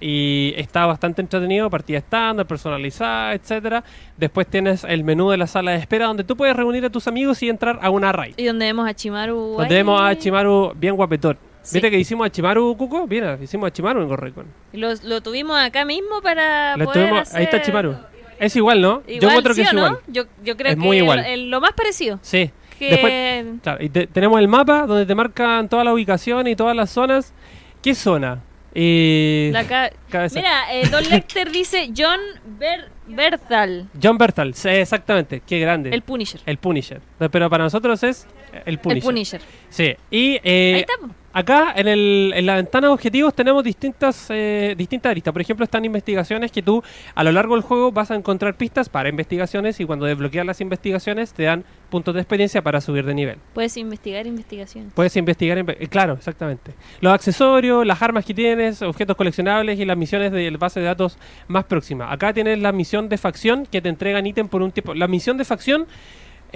B: Y está bastante entretenido, partida estándar, personalizada, etcétera. Después tienes el menú de la sala de espera donde tú puedes reunir a tus amigos y entrar a una raid.
A: Y donde vemos a Chimaru.
B: Nos
A: ahí.
B: tenemos a Chimaru bien guapetón.
A: Sí.
B: ¿Viste que hicimos a Chimaru, Cuco? Mira, hicimos a Chimaru en Gorrecon.
A: Lo, lo tuvimos acá mismo para
B: Lo
A: poder
B: estuvimos- Ahí está
A: hacer-
B: Chimaru. Es igual, ¿no? Yo
A: Igual,
B: encuentro
A: ¿sí
B: que es
A: o no?
B: igual.
A: Yo, yo creo
B: Es
A: que
B: muy igual.
A: Lo, el- lo más parecido.
B: Sí.
A: Que...
B: Después, claro, y te- tenemos el mapa donde te marcan toda la ubicación y todas las zonas. ¿Qué zona? Eh,
A: la ca-
B: cabeza.
A: Mira, eh, Don Lecter dice John Ber- Bertal,
B: John Bertal, sí, exactamente. Qué grande.
A: el Punisher.
B: El Punisher. No, Pero para nosotros es el Punisher.
A: El Punisher.
B: Sí. Y eh,
A: Ahí está. po.
B: Acá en, el- en la ventana de objetivos tenemos distintas, eh, distintas aristas. Por ejemplo, están investigaciones que tú a lo largo del juego vas a encontrar pistas para investigaciones y cuando desbloqueas las investigaciones te dan puntos de experiencia para subir de nivel.
A: Puedes investigar investigaciones.
B: Puedes investigar, en- eh, claro, exactamente. Los accesorios, las armas que tienes, objetos coleccionables y las misiones de la base de datos más próxima. Acá tienes la misión de facción que te entregan ítem por un tiempo. La misión de facción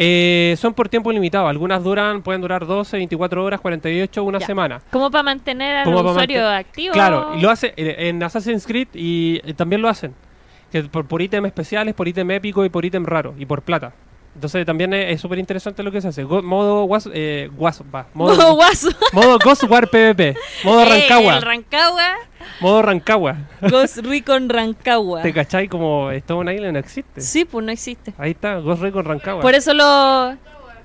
B: eh, son por tiempo limitado. Algunas duran, pueden durar 12, 24 horas, 48, una
A: Ya.
B: semana.
A: Como para mantener al
B: Como para
A: usuario
B: mantener-
A: activo.
B: Claro, y lo hace eh, en Assassin's Creed y eh, también lo hacen. Que por, por ítem especiales, por ítem épico y por ítem raro y por plata. Entonces también es es súper interesante lo que se hace. Go- modo was, eh, was- va,
A: Modo
B: modo,
A: guaso.
B: modo Ghost War PvP. Modo
A: Eh,
B: Rancagua.
A: el Rancagua.
B: modo Rancagua.
A: Ghost Recon Rancagua.
B: ¿Te cachai? Como Stone Island no existe.
A: Sí, pues no existe.
B: Ahí está, Ghost Recon Rancagua.
A: Por eso lo.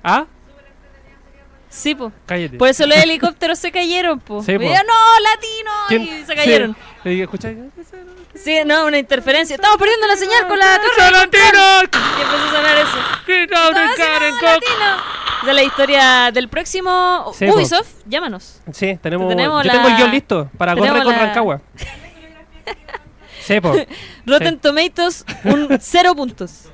B: Ah,
A: Sí, pues.
B: cállate.
A: Por eso los helicópteros se cayeron, pues.
B: Sí, po.
A: no, latino. Y se cayeron.
B: Sí, le dije, ¿escuchai?
A: Sí. no, una interferencia. Estamos perdiendo la señal con la torre. de control.
B: ¡Latino!
A: Y empezó a sonar eso.
B: ¡Grita, brincar en
A: ¡Latino!
B: coco!
A: De la historia del próximo
B: Sí, po.
A: Ubisoft, llámanos.
B: Sí, tenemos.
A: Tenemos
B: yo
A: la-
B: tengo el guión listo para
A: tenemos
B: correr con
A: la-
B: Rancagua. sí, po.
A: Rotten
B: Sí.
A: Tomatoes, un cero puntos.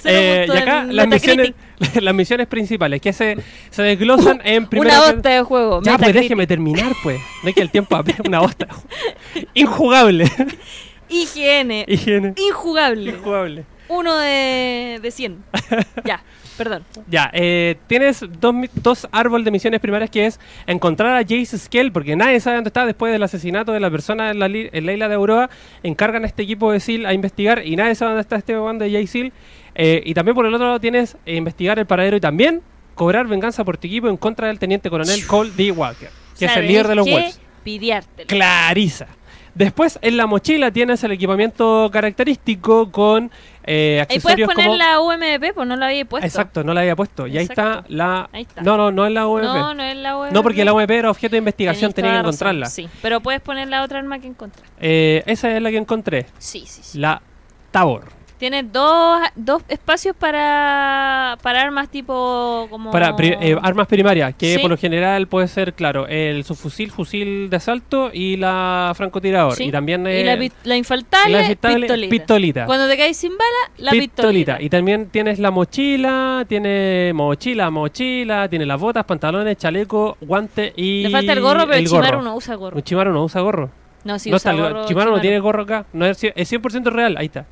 A: Cero
B: Eh, y
A: puntos
B: acá
A: en
B: las
A: Metacritic.
B: misiones, las misiones principales que se, se desglosan en primera.
A: Una
B: per-
A: bosta de juego.
B: Ya, pues
A: Metacritic.
B: déjeme terminar, pues. No es que el tiempo apenas una bosta. Injugable.
A: IGN.
B: Higiene.
A: Injugable.
B: Injugable.
A: Uno de, de 100. ya, perdón.
B: Ya, eh, tienes dos, mi- dos árboles de misiones primarias que es encontrar a Jace Skell, porque nadie sabe dónde está después del asesinato de la persona en la, li- en la isla de Aurora. Encargan a este equipo de SEAL a investigar y nadie sabe dónde está este bando de Jace Seal. Eh, y también por el otro lado tienes eh, investigar el paradero y también cobrar venganza por tu equipo en contra del teniente coronel Cole D. Walker, que es el líder de los Wolves.
A: Pidiártelo.
B: Clariza. Después en la mochila tienes el equipamiento característico con eh,
A: Ahí puedes
B: accesorios
A: poner
B: como...
A: la UMP, pues no la había puesto.
B: Exacto, no la había puesto. Y ahí está
A: Exacto.
B: la...
A: Ahí está.
B: No, no, no es la UMP.
A: No,
B: No,
A: no es la UMP.
B: porque la UMP era objeto de investigación,
A: Tenés
B: tenía que
A: toda razón,
B: encontrarla.
A: Sí, pero puedes poner la otra arma que encontraste.
B: Eh, esa es la que encontré,
A: Sí, sí, sí.
B: la Tabor.
A: Tiene dos, dos espacios para, para armas tipo como...
B: Para pri- eh, armas primarias, que
A: Sí.
B: por lo general puede ser, claro, el subfusil, fusil de asalto y la francotirador.
A: Sí.
B: Y también...
A: Y
B: eh,
A: la, pi- la infaltable,
B: la infaltable,
A: pistolita.
B: pistolita.
A: Cuando te caes sin bala, la pistolita.
B: Y también tienes la mochila, tiene mochila, mochila, tiene las botas, pantalones, chaleco, guante y.
A: Le falta el gorro, pero el
B: gorro.
A: Chimaru no usa gorro.
B: Un Chimaru no usa gorro.
A: No, sí usa
B: no está el
A: gorro.
B: gorro. Chimaru no tiene gorro acá. No es, cien- es 100% real, ahí está.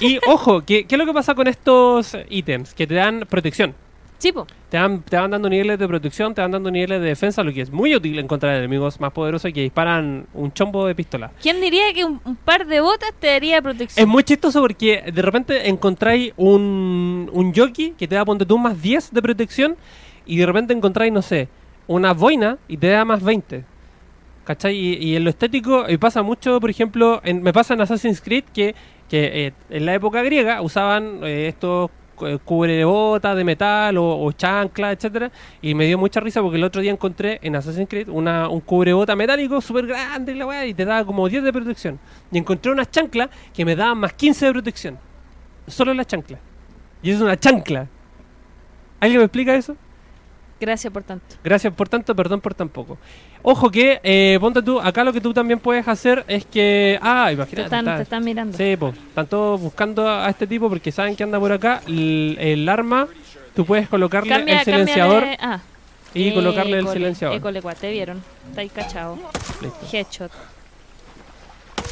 B: Y ojo, ¿qué, ¿qué es lo que pasa con estos ítems? Que te dan protección.
A: Chipo.
B: Te van, te van dando niveles de protección, te van dando niveles de defensa, lo que es muy útil en contra de enemigos más poderosos que disparan un chombo de pistola.
A: ¿Quién diría que un, un par de botas te daría protección?
B: Es muy chistoso porque de repente encontráis un, un jockey que te da, ponte tú, más 10 de protección y de repente encontráis, no sé, una boina y te da más 20. ¿Cachai? Y, y en lo estético y pasa mucho, por ejemplo, en- me pasa en Assassin's Creed que, que eh, en la época griega usaban eh, estos eh, cubrebotas de metal o, o chanclas, etcétera Y me dio mucha risa porque el otro día encontré en Assassin's Creed una, un cubrebota metálico súper grande y la weá, y te daba como 10 de protección. Y encontré unas chanclas que me daban más 15 de protección. Solo las chanclas. Y es una chancla. ¿Alguien me explica eso?
A: Gracias por tanto.
B: Gracias por tanto, perdón por tan poco. Ojo que, eh, ponte tú, acá lo que tú también puedes hacer es que... Ah,
A: Te
B: imagínate.
A: están, te
B: está-
A: están mirando.
B: Sí, po, están todos buscando a a este tipo porque saben que anda por acá. El, el arma, tú puedes colocarle el silenciador
A: cámbiale- ah.
B: y colocarle el
A: École,
B: silenciador.
A: École, guá, te vieron. Está ahí cachado.
B: Listo.
A: Headshot.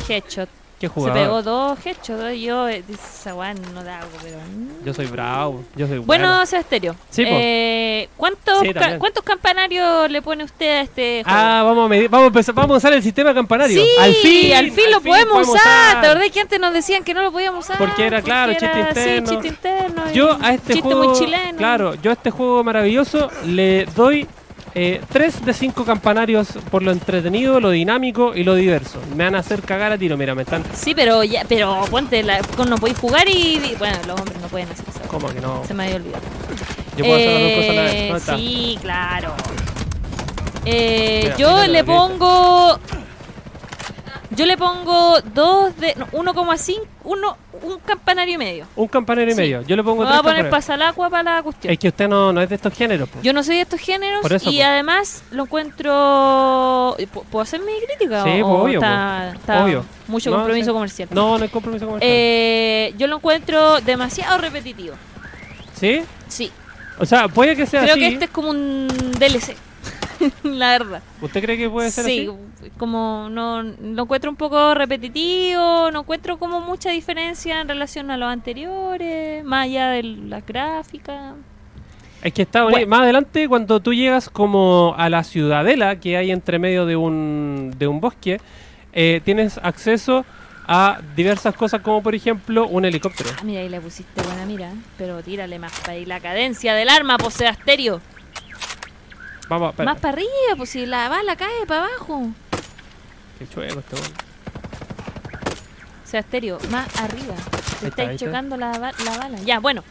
A: Headshot.
B: Qué
A: Se pegó
B: jugador.
A: dos headshots. Yo, eh, esa guá no da algo, pero. mm.
B: Yo soy bravo, yo soy bueno.
A: Bueno, Sebasterio.
B: Sí, po.
A: eh, ¿cuántos,
B: Sí,
A: ca-
B: también.
A: ¿Cuántos campanarios le pone usted a este juego?
B: Ah, vamos a, medir- vamos, a empezar- vamos a usar el sistema campanario.
A: sí,
B: al fin,
A: al fin lo podemos, usar. ¿Te
B: usar.
A: acordás que antes nos decían que no lo podíamos usar?
B: Porque era, claro, chiste interno.
A: Sí, chiste interno. y
B: Yo a este
A: chiste
B: juego,
A: muy chileno.
B: claro, yo a este juego maravilloso le doy 3 de 5 campanarios por lo entretenido, lo dinámico y lo diverso. Me van a hacer cagar a tiro, mira, me están
A: Sí, pero ya, pero ponte la, con- no podéis jugar y, y- bueno, los hombres no pueden hacer eso.
B: como que no.
A: Se me había olvidado.
B: Yo puedo hacer las dos cosas a la vez.
A: Eh,
B: ¿Dónde está?
A: Sí, claro. Eh,
B: Mira,
A: yo
B: mira la
A: le
B: grieta.
A: pongo yo le pongo dos de no, 1,5 uno, un campanario y medio.
B: Un
A: Sí.
B: campanario y medio. Yo le pongo
A: Me voy a
B: tres
A: poner
B: campanarios.
A: pasa al agua para la cuestión.
B: Es que usted no, no es de estos géneros. pues. po.
A: Yo no soy de estos géneros
B: Por eso,
A: y
B: po.
A: además lo encuentro. ¿Pu- ¿Puedo hacer mi crítica?
B: Sí,
A: o
B: po, obvio,
A: está- está
B: Obvio.
A: Mucho
B: No,
A: compromiso
B: sí.
A: comercial.
B: No, no hay compromiso con el
A: Eh, yo lo encuentro demasiado repetitivo.
B: género. ¿Sí?
A: Sí.
B: O sea, puede que sea
A: Creo
B: así.
A: que este es como un DLC. la verdad.
B: ¿Usted cree que puede ser
A: sí,
B: así?
A: como no lo encuentro un poco repetitivo, no encuentro como mucha diferencia en relación a los anteriores, más allá de la gráfica.
B: Es que está bonito.
A: Bueno.
B: Más adelante, cuando tú llegas como a la ciudadela que hay entre medio de un, de un bosque, eh, tienes acceso a diversas cosas como por ejemplo un helicóptero.
A: Ah, mira, ahí le pusiste buena mira, ¿eh? pero tírale más para ahí la cadencia del arma, pues Sebasterio.
B: Vamos, espera.
A: Más para arriba, pues si la bala cae para abajo.
B: Qué chueco este weón.
A: Sebasterio, más arriba. Te
B: Ahí está,
A: estáis
B: ahí está.
A: chocando la, ba- la bala. Ya, bueno.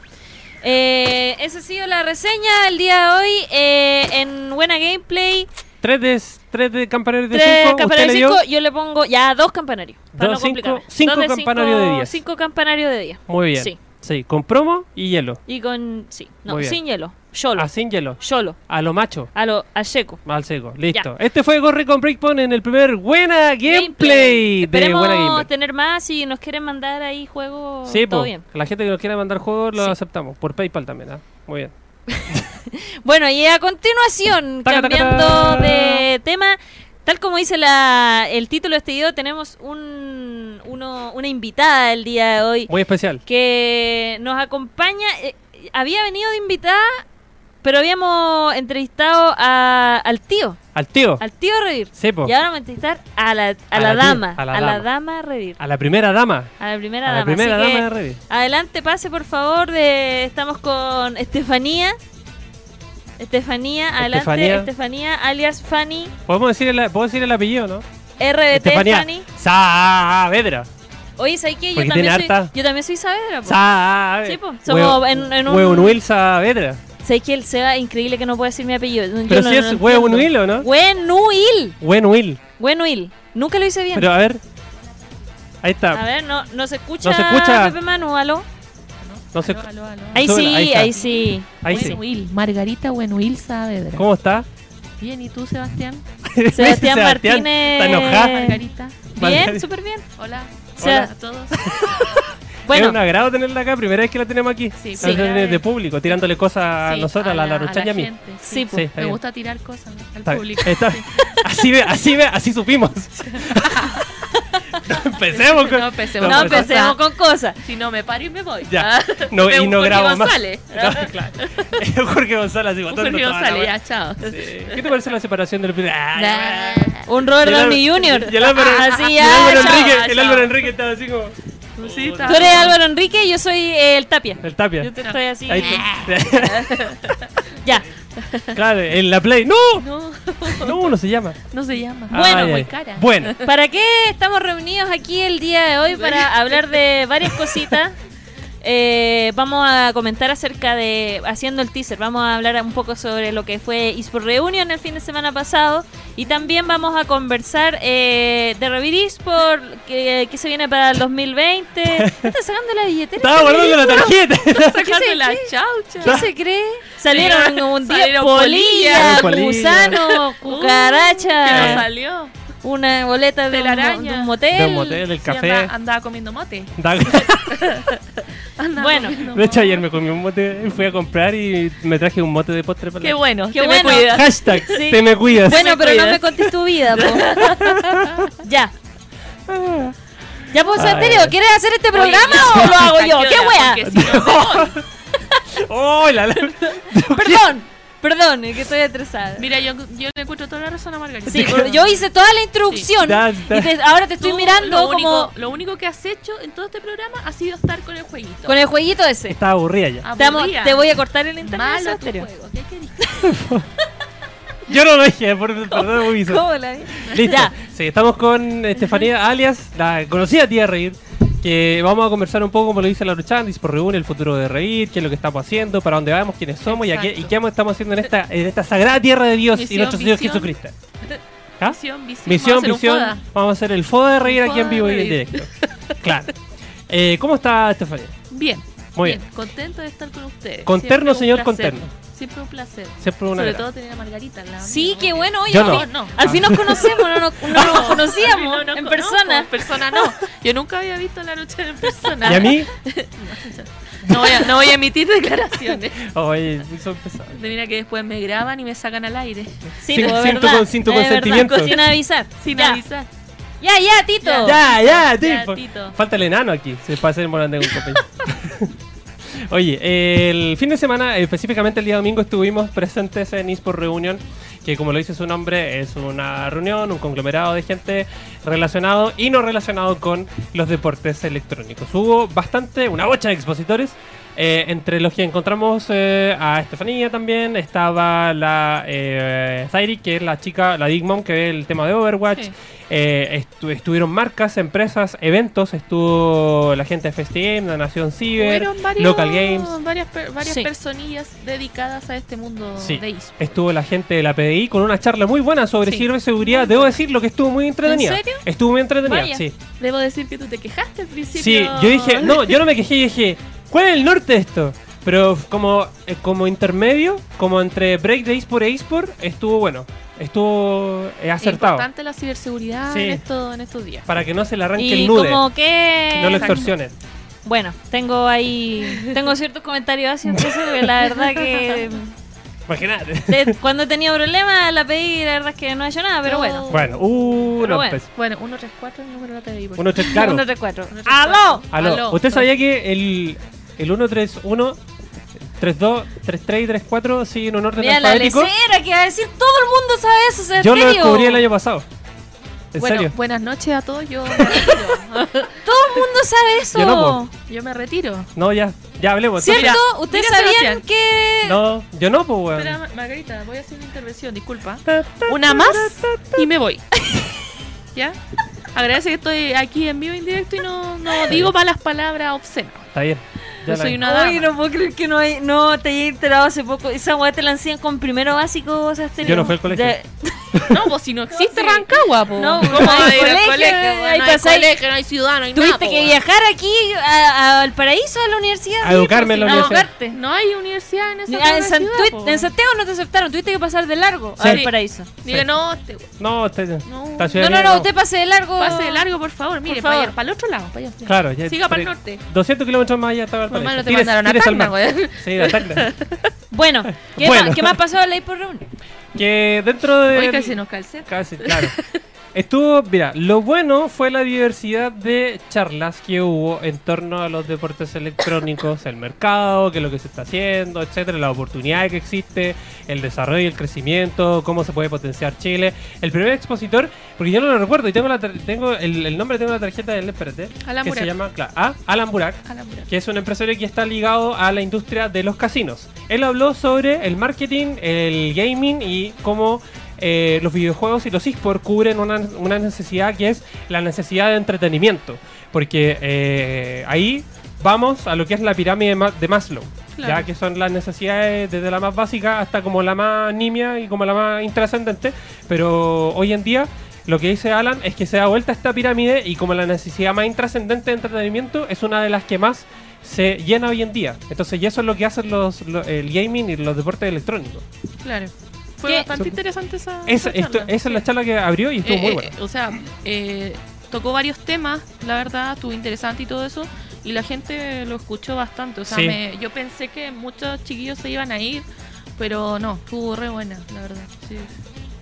A: Eh, esa ha sido la reseña del día de hoy eh, en Buena Gameplay.
B: Tres de, tres de campanarios de
A: Tres
B: cinco. ¿Usted
A: campanarios
B: le
A: de
B: dio?
A: cinco, yo le pongo ya dos campanarios. Para
B: Dos,
A: no
B: cinco,
A: complicarme.
B: cinco
A: Dos
B: campanarios de diez.
A: Cinco campanarios de diez.
B: Muy bien.
A: Sí.
B: Sí. con promo y hielo.
A: Y con. Sí, no,
B: Muy bien.
A: sin hielo. Solo.
B: A sin hielo.
A: Solo.
B: A lo macho.
A: A lo. A seco.
B: Al seco. Listo. Este fue Gorri con Breakpoint en el primer Buena Gameplay, de
A: Esperemos
B: Buena Gameplay.
A: tener más. Si nos quieren mandar ahí juegos.
B: Sí,
A: todo
B: po.
A: bien.
B: la gente que nos quiera mandar juegos lo
A: Sí.
B: aceptamos. Por PayPal también, ¿ah? Muy bien.
A: Bueno, y a continuación,
B: Taca, taca,
A: cambiando
B: taca.
A: de tema, tal como dice la, el título de este video, tenemos un, uno- una invitada el día de hoy
B: Muy especial.
A: que nos acompaña. eh, había venido de invitada, pero habíamos entrevistado a- al tío,
B: Al tío.
A: al tío Revir.
B: Sí, po.
A: Y ahora vamos a entrevistar a la, a
B: A
A: la
B: la tía,
A: dama,
B: a la
A: a la
B: dama.
A: dama Revir,
B: A la primera dama.
A: a la primera
B: A la
A: dama.
B: primera
A: Así que,
B: dama de Revit.
A: Adelante, pase por favor. de- estamos con Estefanía. Estefanía, adelante. Estefanía,
B: Estefanía.
A: alias Fanny,
B: ¿Podemos decir el, ¿Puedo decir el apellido, no?
A: RBT Fanny.
B: Saavedra.
A: Oye, ¿sabes qué? Yo
B: Porque
A: también,
B: tiene
A: soy,
B: harta.
A: yo también soy Saavedra. po.
B: Saavedra.
A: Sí, po. Somos en- en un-
B: Huevonuil Saavedra.
A: ¿Sabes qué? El Seba, increíble que no puede decir mi apellido. Yo
B: Pero
A: no- no
B: si es
A: entiendo.
B: Huevonuil, ¿o no?
A: Huenuil.
B: Huenuil.
A: Huenuil. Nunca lo hice bien.
B: Pero a ver.
A: A
B: Ahí está.
A: ver, no, no se escucha.
B: No se escucha.
A: Pepe Manu, aló.
B: No sé.
D: Aló, aló, aló.
A: Ahí
B: Súbela,
A: sí,
B: ahí
A: ahí,
B: está.
A: sí.
B: Ahí sí.
D: Buenuil, Margarita Buenuil Saavedra.
B: ¿Cómo está?
D: Bien, ¿y tú, Sebastián?
A: Sebastián Martínez.
B: Está enojada.
D: Margarita.
A: Bien,
B: Vale.
A: súper bien.
D: Hola.
A: Sea-
D: Hola a todos.
B: Es
A: Bueno,
B: un agrado tenerla acá. Primera vez que la tenemos aquí.
D: Sí,
B: La
D: primera
B: tenemos de,
D: vez.
B: público, tirándole cosas a
D: Sí,
B: nosotros, a la, Laruchan y a mí.
D: gente,
A: sí,
D: sí. pues,
A: po.
B: Sí, está
D: Me
B: bien.
D: gusta tirar cosas al
B: Está bien,
D: público.
B: está bien.
D: Sí.
B: Así, ve- así, ve- así supimos. Empecemos con.
D: No, empecemos.
A: No
B: No, pues-
A: empecemos con cosas.
D: Si no me paro y me voy.
B: Ya.
D: Ah,
B: No,
D: veo
B: y
D: un
B: no
D: Jorge
B: grabo más.
D: González. Ah,
B: No, claro. Jorge González, así,
D: Un
B: matando toda
D: Jorge
B: la
D: González,
B: wea.
D: ya, chao.
B: Sí. ¿Qué te parece la separación del
D: Nah.
B: Ah,
A: Un Robert
B: Y el
A: Downey
B: Álvaro-
A: Jr.
B: Y el Álvaro,
A: Así
B: y el
A: ya,
B: Álvaro
A: chao.
B: Enrique,
D: Ah, ya,
B: el
D: chao.
B: Álvaro Enrique estaba así como.
D: Sí, está.
A: Tú eres Álvaro Enrique y yo soy eh, el Tapia.
B: El tapia.
A: Yo te estoy así.
D: Eh.
B: Ahí te-
A: Ya.
B: claro, en la Play. ¡No!
D: No,
B: No, no se llama.
D: no se llama.
A: Bueno,
B: Ay,
D: muy
B: ay.
D: cara.
B: Ah, Bueno,
A: ¿Para qué estamos reunidos aquí el día de hoy para hablar de varias cositas? Eh, vamos a comentar acerca de, haciendo el teaser, vamos a hablar un poco sobre lo que fue eSport Reunion el fin de semana pasado y también vamos a conversar eh, de Revit eSport, que, que se viene para el 2020. ¿Estás sacando la billetera?
B: estaba guardando la tarjeta.
D: Sacando
A: ¿Qué
D: la
A: se-
D: chaucha.
A: ¿Qué se cree? Salieron un día
D: Salieron
A: polillas,
D: polillas,
B: polillas.
A: gusanos,
B: Eh,
D: Uh, ¿Qué no
A: cucarachas,
D: salió?
A: una boleta de un, mo- de
D: Telaraña.
A: un motel.
B: De un motel, el
D: Sí,
B: café.
D: anda- andaba comiendo mote.
B: Da-
D: Andaba
A: Bueno.
D: comiendo
B: De hecho,
D: mote.
B: ayer me comí un mote, fui a comprar y me traje un mote de postre para
D: Qué
B: la-
D: bueno,
A: Qué
D: te
A: bueno.
D: me cuidas.
B: Hashtag,
A: Sí.
B: te me cuidas.
A: Bueno,
D: Me
A: pero no
D: cuidas.
A: me contes tu vida, po. ya. Ya, pues,
B: Ay.
A: Santerio, ¿quieres hacer este programa
D: Oye,
A: o lo hago yo?
D: ¿hasta
A: ¿Qué
D: hora?
A: wea?
D: Porque si no, me voy.
B: ¡Oh, la, la-
A: Perdón, perdón, es que estoy estresada.
D: Mira, yo, yo le encuentro toda la razón a Margarita.
A: Sí, porque yo hice toda la introducción
B: Ya, ya.
A: y te- ahora te estoy
D: Tú,
A: mirando
D: lo único,
A: como
D: Lo único que has hecho en todo este programa ha sido estar con el jueguito.
A: con el jueguito ese.
B: Estaba aburrida
D: Ah.
B: ya.
A: Te, amo-
D: Aburrida.
A: te voy a cortar el internet,
D: Malo tu
A: Santerio.
D: juego. ¿Qué querís?
B: Yo no lo dije, por, perdón, Ubisoft.
A: ¿Cómo la vi?
B: Listo.
A: Ya.
B: Sí, estamos con eh, Estefanía, alias la conocida tía Reír, que vamos a conversar un poco, como lo dice la Luchan, por reúne el futuro de Reír, qué es lo que estamos haciendo, para dónde vamos, quiénes somos y, a qué, y
D: Exacto.
B: qué estamos haciendo en esta, en esta sagrada tierra de Dios y
D: Misión,
B: nuestro Señor
D: visión.
B: Jesucristo. ¿Ah?
D: Misión, visión.
B: Misión,
D: vamos a hacer un
B: visión.
D: foda.
B: Vamos a hacer el foda de Reír
D: Un
B: aquí en
D: foda
B: vivo y
D: de
B: en
D: reír.
B: directo. Claro. Eh, ¿Cómo está Estefanía?
D: Bien.
B: Muy bien.
D: Contento de estar con ustedes.
B: Con
D: Siempre
B: terno,
D: un
B: señor, con
D: placer.
B: terno.
D: Siempre un placer.
B: Siempre una
D: Sobre
B: gran.
D: todo tener a Margarita al lado.
A: Sí,
D: mío.
A: qué bueno. Oye,
B: Yo
A: al
B: no.
A: fin-
D: No.
A: al fin nos conocemos, no nos, no nos conocíamos
D: No, no,
A: en
D: no,
A: persona.
D: En persona no. Yo nunca había visto a la noche en persona.
B: ¿Y a mí?
D: No voy a, no voy a emitir declaraciones.
B: Oye, son pesados.
D: Mira que después me graban y me sacan al aire.
A: Sí,
B: Sin-
A: pues,
B: sin tu
A: verdad,
B: con- sin tu
A: es verdad,
B: consentimiento.
A: Sin avisar.
D: Sin
A: ya.
D: avisar.
A: Ya, ya, Tito.
B: Ya, ya,
D: Ya,
B: tipo.
D: Tito.
B: Falta el enano aquí, se pasa el morante con compañero. Oye, eh, el fin de semana, eh, específicamente el día domingo, estuvimos presentes en eSport Reunion, que como lo dice su nombre, es una reunión, un conglomerado de gente relacionado y no relacionado con los deportes electrónicos. Hubo bastante, una bocha de expositores, eh, entre los que encontramos eh, a Estefanía también, estaba la eh, Zairi, que es la chica, la Digmon, que ve el tema de Overwatch.
D: Sí.
B: Eh, estu- estuvieron marcas, empresas, eventos, estuvo la gente de FestiGame, la Nación Ciber,
D: Fueron varios-
B: Local Games,
D: Varias, per- varias
A: Sí.
D: personillas dedicadas a este mundo
B: Sí.
D: de eSports.
B: estuvo la gente de la PDI con una charla muy buena sobre
D: Sí.
B: ciberseguridad. Debo decirlo que estuvo muy entretenida.
D: ¿En serio?
B: Estuvo muy entretenida,
A: Vaya.
B: sí.
D: Debo decir que tú te quejaste al principio.
B: Sí, yo dije, no, yo no me quejé, yo dije, ¿cuál es el norte de esto? Pero f- como, eh, como intermedio, como entre Break de eSport e eSport, estuvo bueno, estuvo eh, acertado.
D: Importante la ciberseguridad
B: Sí.
D: en, esto- en estos días.
B: Para que no se le arranque
A: Y
B: el nude,
A: como que...
B: no lo extorsionen.
A: Bueno, tengo ahí... Tengo ciertos comentarios así, entonces que la verdad que...
B: Imagínate.
A: de- cuando he tenido problemas la pedí y la verdad es que no ha hecho nada, pero
D: No.
A: bueno.
B: Bueno, uh,
A: Pero
B: no,
A: bueno.
B: pues.
D: Bueno, 134 es el número de la PDI. por
B: Uno, tres, claro.
A: Uno, tres, cuatro.
D: Uno, tres,
A: ¡Aló!
B: Aló.
D: Aló.
B: ¿Usted sabía que el, el 131, 32, 33 y 34 siguen un orden
A: Mira la
B: alfabético?
A: lecera que va a decir todo el mundo sabe eso, ¿se
B: Yo lo descubrí el año pasado. En
D: bueno,
B: serio.
D: buenas noches a todos. Yo me retiro.
A: Todo el mundo sabe eso.
B: Yo no, pues,
D: yo me retiro.
B: No, ya, ya hablemos.
A: ¿Cierto?
D: Mira,
A: ¿Ustedes
D: mira,
A: sabían
D: Sebastián.
A: que...?
B: No, yo no, pues, weón.
D: Espera, Ma- Margarita, voy a hacer una intervención, disculpa. Una más y me voy. ¿Ya? Agradece que estoy aquí en vivo, en directo y no, no digo malas palabras obscenas.
B: Está bien. Ya
D: Yo
B: la-
D: soy una dama.
A: Ay, no puedo creer que no, hay- no te haya enterado hace poco. Esa weá te la enseñan con primero básico, o sea, este-
B: Yo no fui al colegio.
A: De-
D: No, pues si no existe
A: sí.
D: Rancagua, po.
A: No,
D: ¿Cómo
A: no
D: va a
A: hay
D: ir al
A: colegio,
D: colegio?
A: ahí
D: No hay
A: pasáis-
D: colegio, no hay ciudad, no hay nada,
A: Tuviste
D: po,
A: que
D: weón.
A: viajar aquí a- a- al paraíso, a la universidad.
B: A
A: sí,
B: educarme
A: pues,
B: en la
A: sí,
D: no,
B: universidad.
A: educarte.
D: No hay universidad en esa
A: Ni-
D: puta
A: Ah, en, San-
D: ciudad,
A: tuit-
D: po.
A: en Santiago no te aceptaron, tuviste que pasar de largo
B: Sí.
A: al paraíso.
D: Diga, no, te-
B: No, usted.
D: No.
B: esta
A: No,
B: ciudad
A: no,
B: mía
A: no, usted pase de largo.
D: pase de largo, por favor. Mire,
A: favor.
D: para allá, para el otro lado, para allá.
B: Claro, ya.
D: Siga para el
B: tre-
D: norte.
B: 200 kilómetros más allá estaba el
D: Por
B: paraíso.
D: malo te
B: Tires-
D: mandaron a
B: tires al
D: Tacna,
B: mar.
D: weón.
B: Sí, a Tacna.
A: Bueno, ¿qué,
B: Bueno.
A: Más, ¿qué más pasó de la por reunión?
B: Que dentro de.
D: Hoy casi nos calceta.
B: Casi, claro. Estuvo, mira, lo bueno fue la diversidad de charlas que hubo en torno a los deportes electrónicos, el mercado, qué es lo que se está haciendo, etcétera, la oportunidad que existe, el desarrollo y el crecimiento, cómo se puede potenciar Chile. El primer expositor, porque yo no lo recuerdo y tengo la tar- tengo el, el nombre, tengo la tarjeta del espérate,
D: Alan
B: que se
D: Burak.
B: llama, claro, ah, Alan Burak
D: A la mura.
B: que es un empresario que está ligado a la industria de los casinos. Él habló sobre el marketing, el gaming y cómo eh, los videojuegos y los esports cubren una, una necesidad que es la necesidad de entretenimiento. Porque eh, ahí vamos a lo que es la pirámide de Ma- de Maslow.
D: Claro.
B: Ya que son las necesidades desde la más básica hasta como la más nimia y como la más intrascendente. Pero hoy en día lo que dice Alan es que se da vuelta esta pirámide y como la necesidad más intrascendente de entretenimiento es una de las que más se llena hoy en día. Entonces, y eso es lo que hacen los, lo- el gaming y los deportes electrónicos.
D: Claro. Fue
A: ¿Qué?
D: bastante interesante esa.
B: Esa,
D: esa
B: esto-
D: charla.
B: esa es la charla que abrió y estuvo
D: Eh,
B: muy
D: eh,
B: buena.
D: O sea, eh, tocó varios temas, la verdad, estuvo interesante y todo eso. Y la gente lo escuchó bastante. O sea,
B: Sí.
D: me- yo pensé que muchos chiquillos se iban a ir, pero no, estuvo re buena, la verdad. Sí.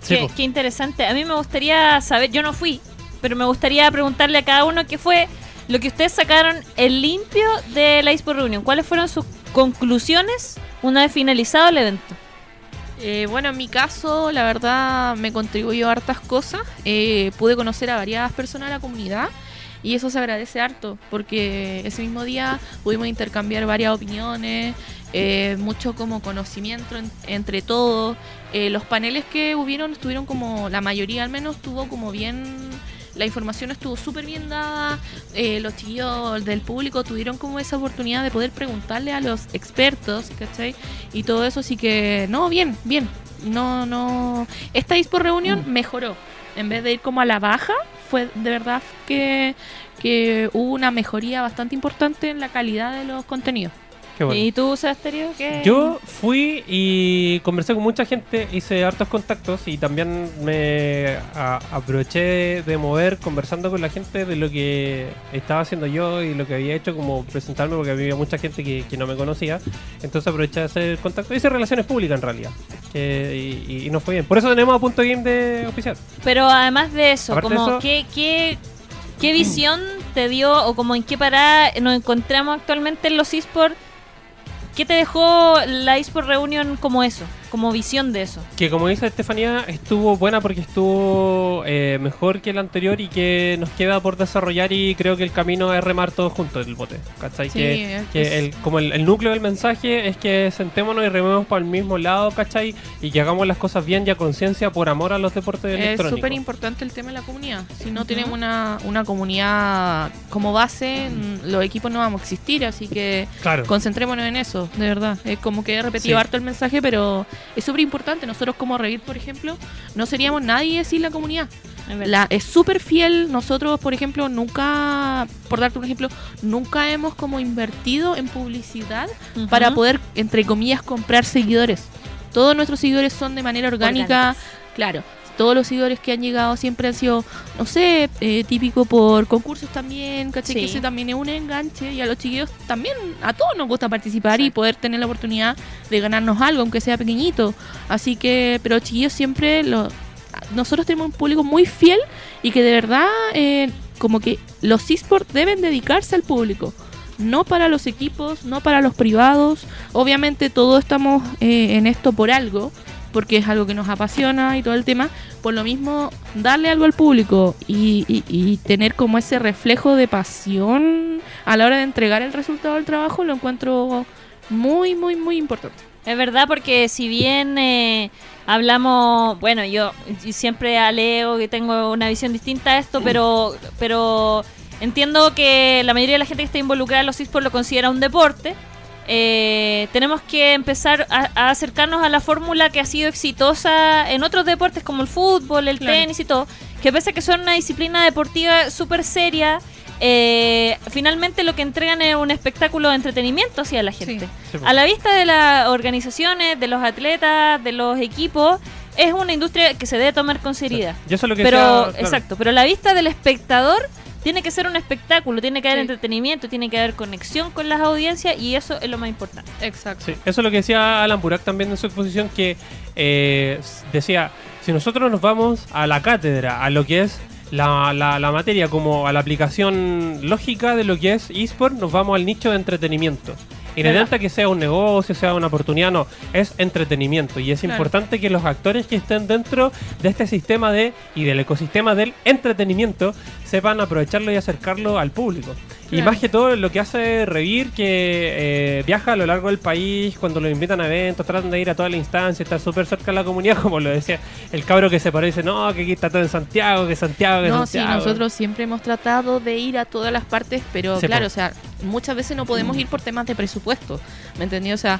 B: Sí,
A: qué,
B: po.
A: qué interesante. A mí me gustaría saber, yo no fui, pero me gustaría preguntarle a cada uno qué fue lo que ustedes sacaron el limpio de la Expo Reunion. ¿Cuáles fueron sus conclusiones una vez finalizado el evento?
D: Eh, bueno, en mi caso, la verdad, me contribuyó hartas cosas. Eh, pude conocer a varias personas de la comunidad y eso se agradece harto, porque ese mismo día pudimos intercambiar varias opiniones, eh, mucho como conocimiento en- entre todos. Eh, los paneles que hubieron estuvieron como, la mayoría al menos, estuvo como bien... La información estuvo súper bien dada, eh, los chiquillos del público tuvieron como esa oportunidad de poder preguntarle a los expertos, ¿cachai? y todo eso, así que no, bien, bien. No, no. Esta Expo
B: Mm.
D: Reunion mejoró. En vez de ir como a la baja, fue de verdad que, que hubo una mejoría bastante importante en la calidad de los contenidos.
B: Qué bueno.
A: ¿Y tú, Sebastián? ¿Qué?
B: Yo fui y conversé con mucha gente, hice hartos contactos y también me a- aproveché de mover conversando con la gente de lo que estaba haciendo yo y lo que había hecho, como presentarme porque había mucha gente que, que no me conocía. Entonces aproveché de hacer contacto. Hice relaciones públicas en realidad. que- y, y- y nos fue bien. Por eso tenemos a punto game de oficial.
A: Pero además de eso,
B: Aparte
A: como
B: de eso-
A: ¿qué, qué, qué visión te dio o como en qué parada nos encontramos actualmente en los esports? ¿Qué te dejó la eSport Reunion como eso? Como visión de eso.
B: Que como dice Estefanía, estuvo buena porque estuvo eh, mejor que la anterior y que nos queda por desarrollar y creo que el camino es remar todos juntos el bote. ¿Cachai?
D: Sí,
B: que
D: es- pues.
B: que el, como el, el núcleo del mensaje es que sentémonos y rememos para el mismo lado, ¿cachai? Y que hagamos las cosas bien y a conciencia por amor a los deportes
D: Es
B: electrónicos.
D: súper importante el tema de la comunidad. Si no
A: Ujú.
D: tenemos una, una comunidad como base, mm, los equipos no vamos a existir, así que
B: Claro.
D: concentrémonos en eso, de verdad. Es como que he repetido
B: Sí.
D: harto el mensaje, pero es súper importante. Nosotros como Revit, por ejemplo, no seríamos nadie sin la comunidad. La, es súper fiel. Nosotros, por ejemplo, nunca, por darte un ejemplo, nunca hemos como invertido en publicidad
A: Ujú.
D: para poder, entre comillas, comprar seguidores. Todos nuestros seguidores son de manera orgánica,
A: Orgánicas.
D: claro. Todos los seguidores que han llegado siempre han sido, no sé, eh, típico por concursos también, ¿cachai?
A: Sí.
D: Que ese también es un enganche y a los chiquillos también, a todos nos gusta participar y
A: Exacto.
D: poder tener la oportunidad de ganarnos algo, aunque sea pequeñito. Así que, pero chiquillos siempre, lo, nosotros tenemos un público muy fiel y que de verdad eh, como que los esports deben dedicarse al público, no para los equipos, no para los privados. Obviamente todos estamos eh, en esto por algo, porque es algo que nos apasiona y todo el tema. Por lo mismo, darle algo al público y, y- y tener como ese reflejo de pasión a la hora de entregar el resultado del trabajo lo encuentro muy, muy, muy importante.
A: Es verdad, porque si bien eh, hablamos, bueno, yo y siempre aleo que tengo una visión distinta a esto, pero, pero entiendo que la mayoría de la gente que está involucrada en los esports lo considera un deporte. Eh, tenemos que empezar a, a acercarnos a la fórmula que ha sido exitosa en otros deportes como el fútbol, el
D: Claro.
A: tenis y todo, que pese a que son una disciplina deportiva súper seria, eh, finalmente lo que entregan es un espectáculo de entretenimiento hacia la gente.
B: Sí, pues. po.
A: A la vista de las organizaciones, de los atletas, de los equipos, es una industria que se debe tomar con seriedad.
B: Yo eso es lo que
A: Pero,
B: decía, claro.
A: exacto, pero a la vista del espectador tiene que ser un espectáculo, tiene que haber
D: Sí.
A: entretenimiento, tiene que haber conexión con las audiencias y eso es lo más importante.
D: Exacto.
B: Sí, eso es lo que decía Alan Burak también en su exposición, que eh, s- decía, si nosotros nos vamos a la cátedra, a lo que es la, la- la materia, como a la aplicación lógica de lo que es eSport, nos vamos al nicho de entretenimiento. Inherente a que sea un negocio, sea una oportunidad, no, es entretenimiento y es
D: Claro.
B: importante que los actores que estén dentro de este sistema de y del ecosistema del entretenimiento sepan aprovecharlo y acercarlo al público. Y
D: Claro.
B: más que todo lo que hace Revir, que eh, viaja a lo largo del país, cuando lo invitan a eventos, tratan de ir a toda la instancia, estar súper cerca de la comunidad, como lo decía el cabro que se parece, no, que aquí está todo en Santiago, que Santiago, que
D: No, sí,
B: Santiago.
D: nosotros siempre hemos tratado de ir a todas las partes, pero
B: Sí,
D: claro,
B: po.
D: o sea, muchas veces no
B: Mm.
D: podemos ir por temas de presupuesto, ¿me entendí? O sea,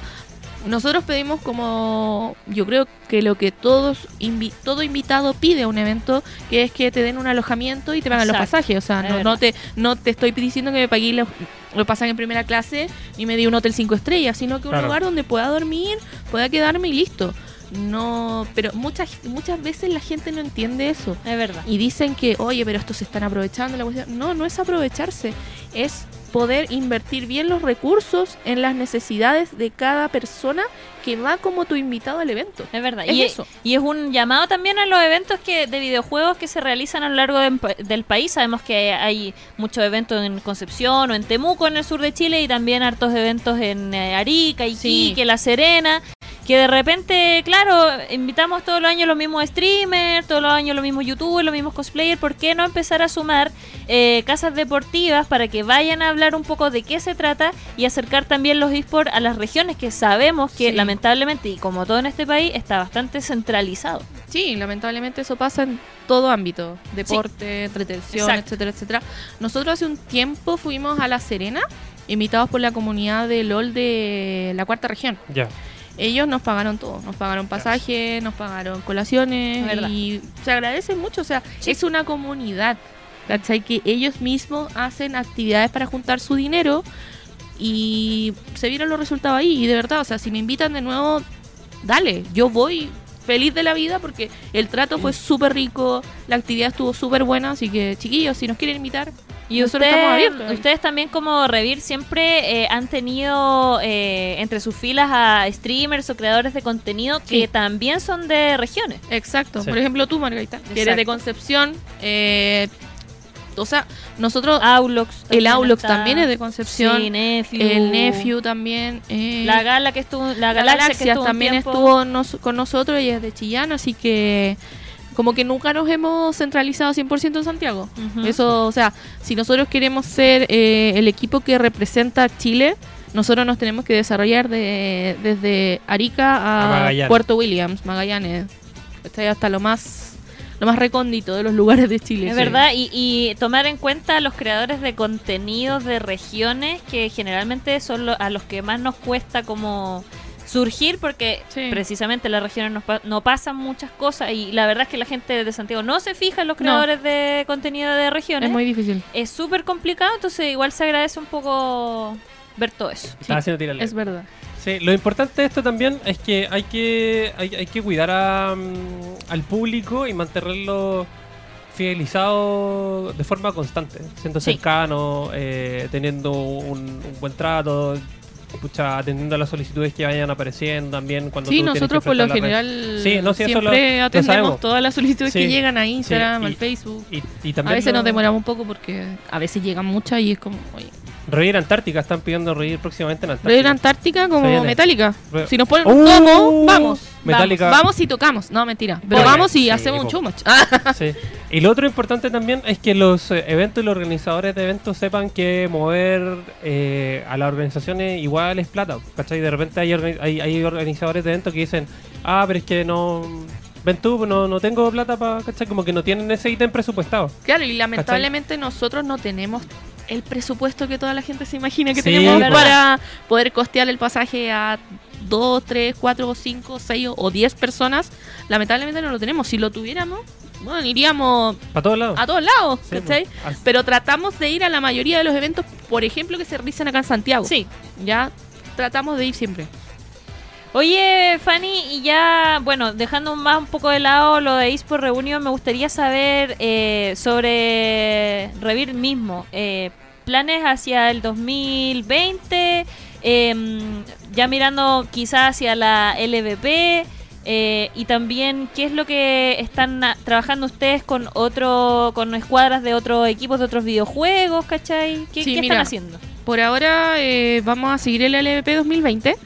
D: nosotros pedimos como, yo creo que lo que todos invi- todo invitado pide a un evento, que es que te den un alojamiento y te pagan los
A: Exacto,
D: pasajes, o sea,
A: es
D: no,
A: verdad.
D: no te no te estoy diciendo que me pagué los, los pasajes en primera clase ni me di un hotel cinco estrellas, sino que un
B: Claro.
D: lugar donde pueda dormir, pueda quedarme y listo. No, pero muchas muchas veces la gente no entiende eso.
A: Es verdad.
D: Y dicen que, oye, pero estos se están aprovechando la cuestión. No, no es aprovecharse, es poder invertir bien los recursos en las necesidades de cada persona que va como tu invitado al evento.
A: Es verdad.
D: Es
A: y,
D: eso.
A: y es un llamado también a los eventos que de videojuegos que se realizan a lo largo de- del país. Sabemos que hay muchos eventos en Concepción o en Temuco, en el sur de Chile, y también hartos eventos en eh, Arica, Iquique, La Serena. Que de repente, claro, invitamos todos los años los mismos streamers, todos los años los mismos youtubers, los mismos cosplayers. ¿Por qué no empezar a sumar eh, casas deportivas para que vayan a hablar un poco de qué se trata y acercar también los esports a las regiones que sabemos que
D: Sí.
A: lamentablemente y como todo en este país está bastante centralizado.
D: Sí, lamentablemente eso pasa en todo ámbito, deporte, entretención,
A: Exacto.
D: etcétera, etcétera. Nosotros hace un tiempo fuimos a La Serena, invitados por la comunidad de LOL de la cuarta región.
B: Ya.
D: ellos nos pagaron todo, nos pagaron pasajes, nos pagaron colaciones
A: Verdad.
D: y se agradece mucho, o sea,
A: Sí.
D: es una comunidad, ¿cachai? Que ellos mismos hacen actividades para juntar su dinero y se vieron los resultados ahí y de verdad, o sea, si me invitan de nuevo, dale, yo voy feliz de la vida porque el trato fue súper rico, la actividad estuvo súper buena, así que chiquillos, si nos quieren invitar,
A: Y
D: Nosotros
A: ustedes-
D: estamos abiertos.
A: ustedes también como Revir siempre eh, han tenido eh, entre sus filas a streamers o creadores de contenido
D: Sí.
A: que también son de regiones.
D: Exacto.
B: Sí.
D: Por ejemplo, tú, Margarita, que eres de
A: Exacto.
D: Concepción. eh, o sea, nosotros.
A: Aulox.
D: el Aulox
A: está.
D: también es de
A: Sí,
D: Concepción.
A: Nephew.
D: el Nephew también. eh,
A: La gala que estuvo, la,
D: la
A: galaxia, que
D: Galaxias
A: estuvo un
D: también
A: tiempo-
D: estuvo nos- con nosotros. Ella es de Chillán, así que. Como que nunca nos hemos centralizado 100% en Santiago.
A: Ujú.
D: Eso, o sea, si nosotros queremos ser eh, el equipo que representa a Chile, nosotros nos tenemos que desarrollar de- desde Arica
B: A
D: a,
B: Magallanes.
D: Puerto Williams, Magallanes. Está ahí hasta lo más lo más recóndito de los lugares de Chile.
A: Es verdad, y, y tomar en cuenta a los creadores de contenidos de regiones que generalmente son lo- a los que más nos cuesta como surgir porque
D: Sí.
A: precisamente en las regiones nos pa- no pasan muchas cosas y la verdad es que la gente de Santiago no se fija en los
D: No.
A: creadores de contenido de regiones.
D: Es muy difícil.
A: Es súper complicado, entonces igual se agradece un poco ver todo eso.
B: Estaba haciendo tirar
D: Es verdad.
B: Sí, lo importante de esto también es que hay que, hay, hay que cuidar a, mm, al público y mantenerlo fidelizado de forma constante, siendo
A: Sí.
B: cercano, eh, teniendo un, un buen trato, pucha, atendiendo a las solicitudes que vayan apareciendo también cuando tú
D: Sí,
B: tienes que
D: nosotros por lo
B: enfrentar la red.
D: general
B: Sí, no, sí, eso
D: siempre
B: lo- lo
D: atendemos
B: sabemos.
D: todas las solicitudes
B: Sí,
D: que llegan a Instagram,
B: y-
D: al Facebook.
B: Y, y
D: A
B: también
D: veces
B: lo-
D: nos demoramos un poco porque a veces llegan muchas y es como, oye,
B: Reír Antártica, están pidiendo reír próximamente en Antártica.
D: Red Antártica
B: Se
D: como
B: viene.
D: Metallica.
B: Re-
D: Si nos ponen
B: ¡Uh!
D: un tomo, vamos.
B: Metallica.
D: Vamos, vamos y tocamos. No, mentira. Pero
B: Oye,
D: vamos y
B: sí,
D: hacemos un
B: po.
D: show match. Ah,
B: Sí. Y lo otro importante también es que los eh, eventos y los organizadores de eventos sepan que mover eh, a las organizaciones igual es plata. ¿Cachai? De repente hay, organi- hay, hay organizadores de eventos que dicen, ah, pero es que no... Ven tú, no, no tengo plata para... ¿Cachai? Como que no tienen ese ítem presupuestado.
D: claro, y lamentablemente nosotros no tenemos el presupuesto que toda la gente se imagina que
B: Sí,
D: tenemos
A: po.
D: para poder costear el pasaje a 2, 3, 4, 5, 6 o 10 personas. Lamentablemente no lo tenemos. Si lo tuviéramos, bueno, iríamos
B: Para todos lados.
D: a todos lados,
B: Sí,
D: Ah, ¿cachai?
B: pues. Así-
D: Pero tratamos de ir a la mayoría de los eventos, por ejemplo, que se realizan acá en Santiago.
A: Sí.
D: Ya tratamos de ir siempre.
A: Oye, Fanny, y ya, bueno, dejando más un poco de lado lo de eSport Reunión, me gustaría saber eh, sobre Revir mismo. eh, planes hacia el em, 2020, eh, ya mirando quizás hacia la LVP, Eh, y también, ¿qué es lo que están ah, trabajando ustedes con otro con escuadras de otros equipos, de otros videojuegos, cachai? ¿Qué,
D: Sí,
A: qué
D: mira.
A: están haciendo?
D: Por ahora eh, vamos a seguir el LVP 2020.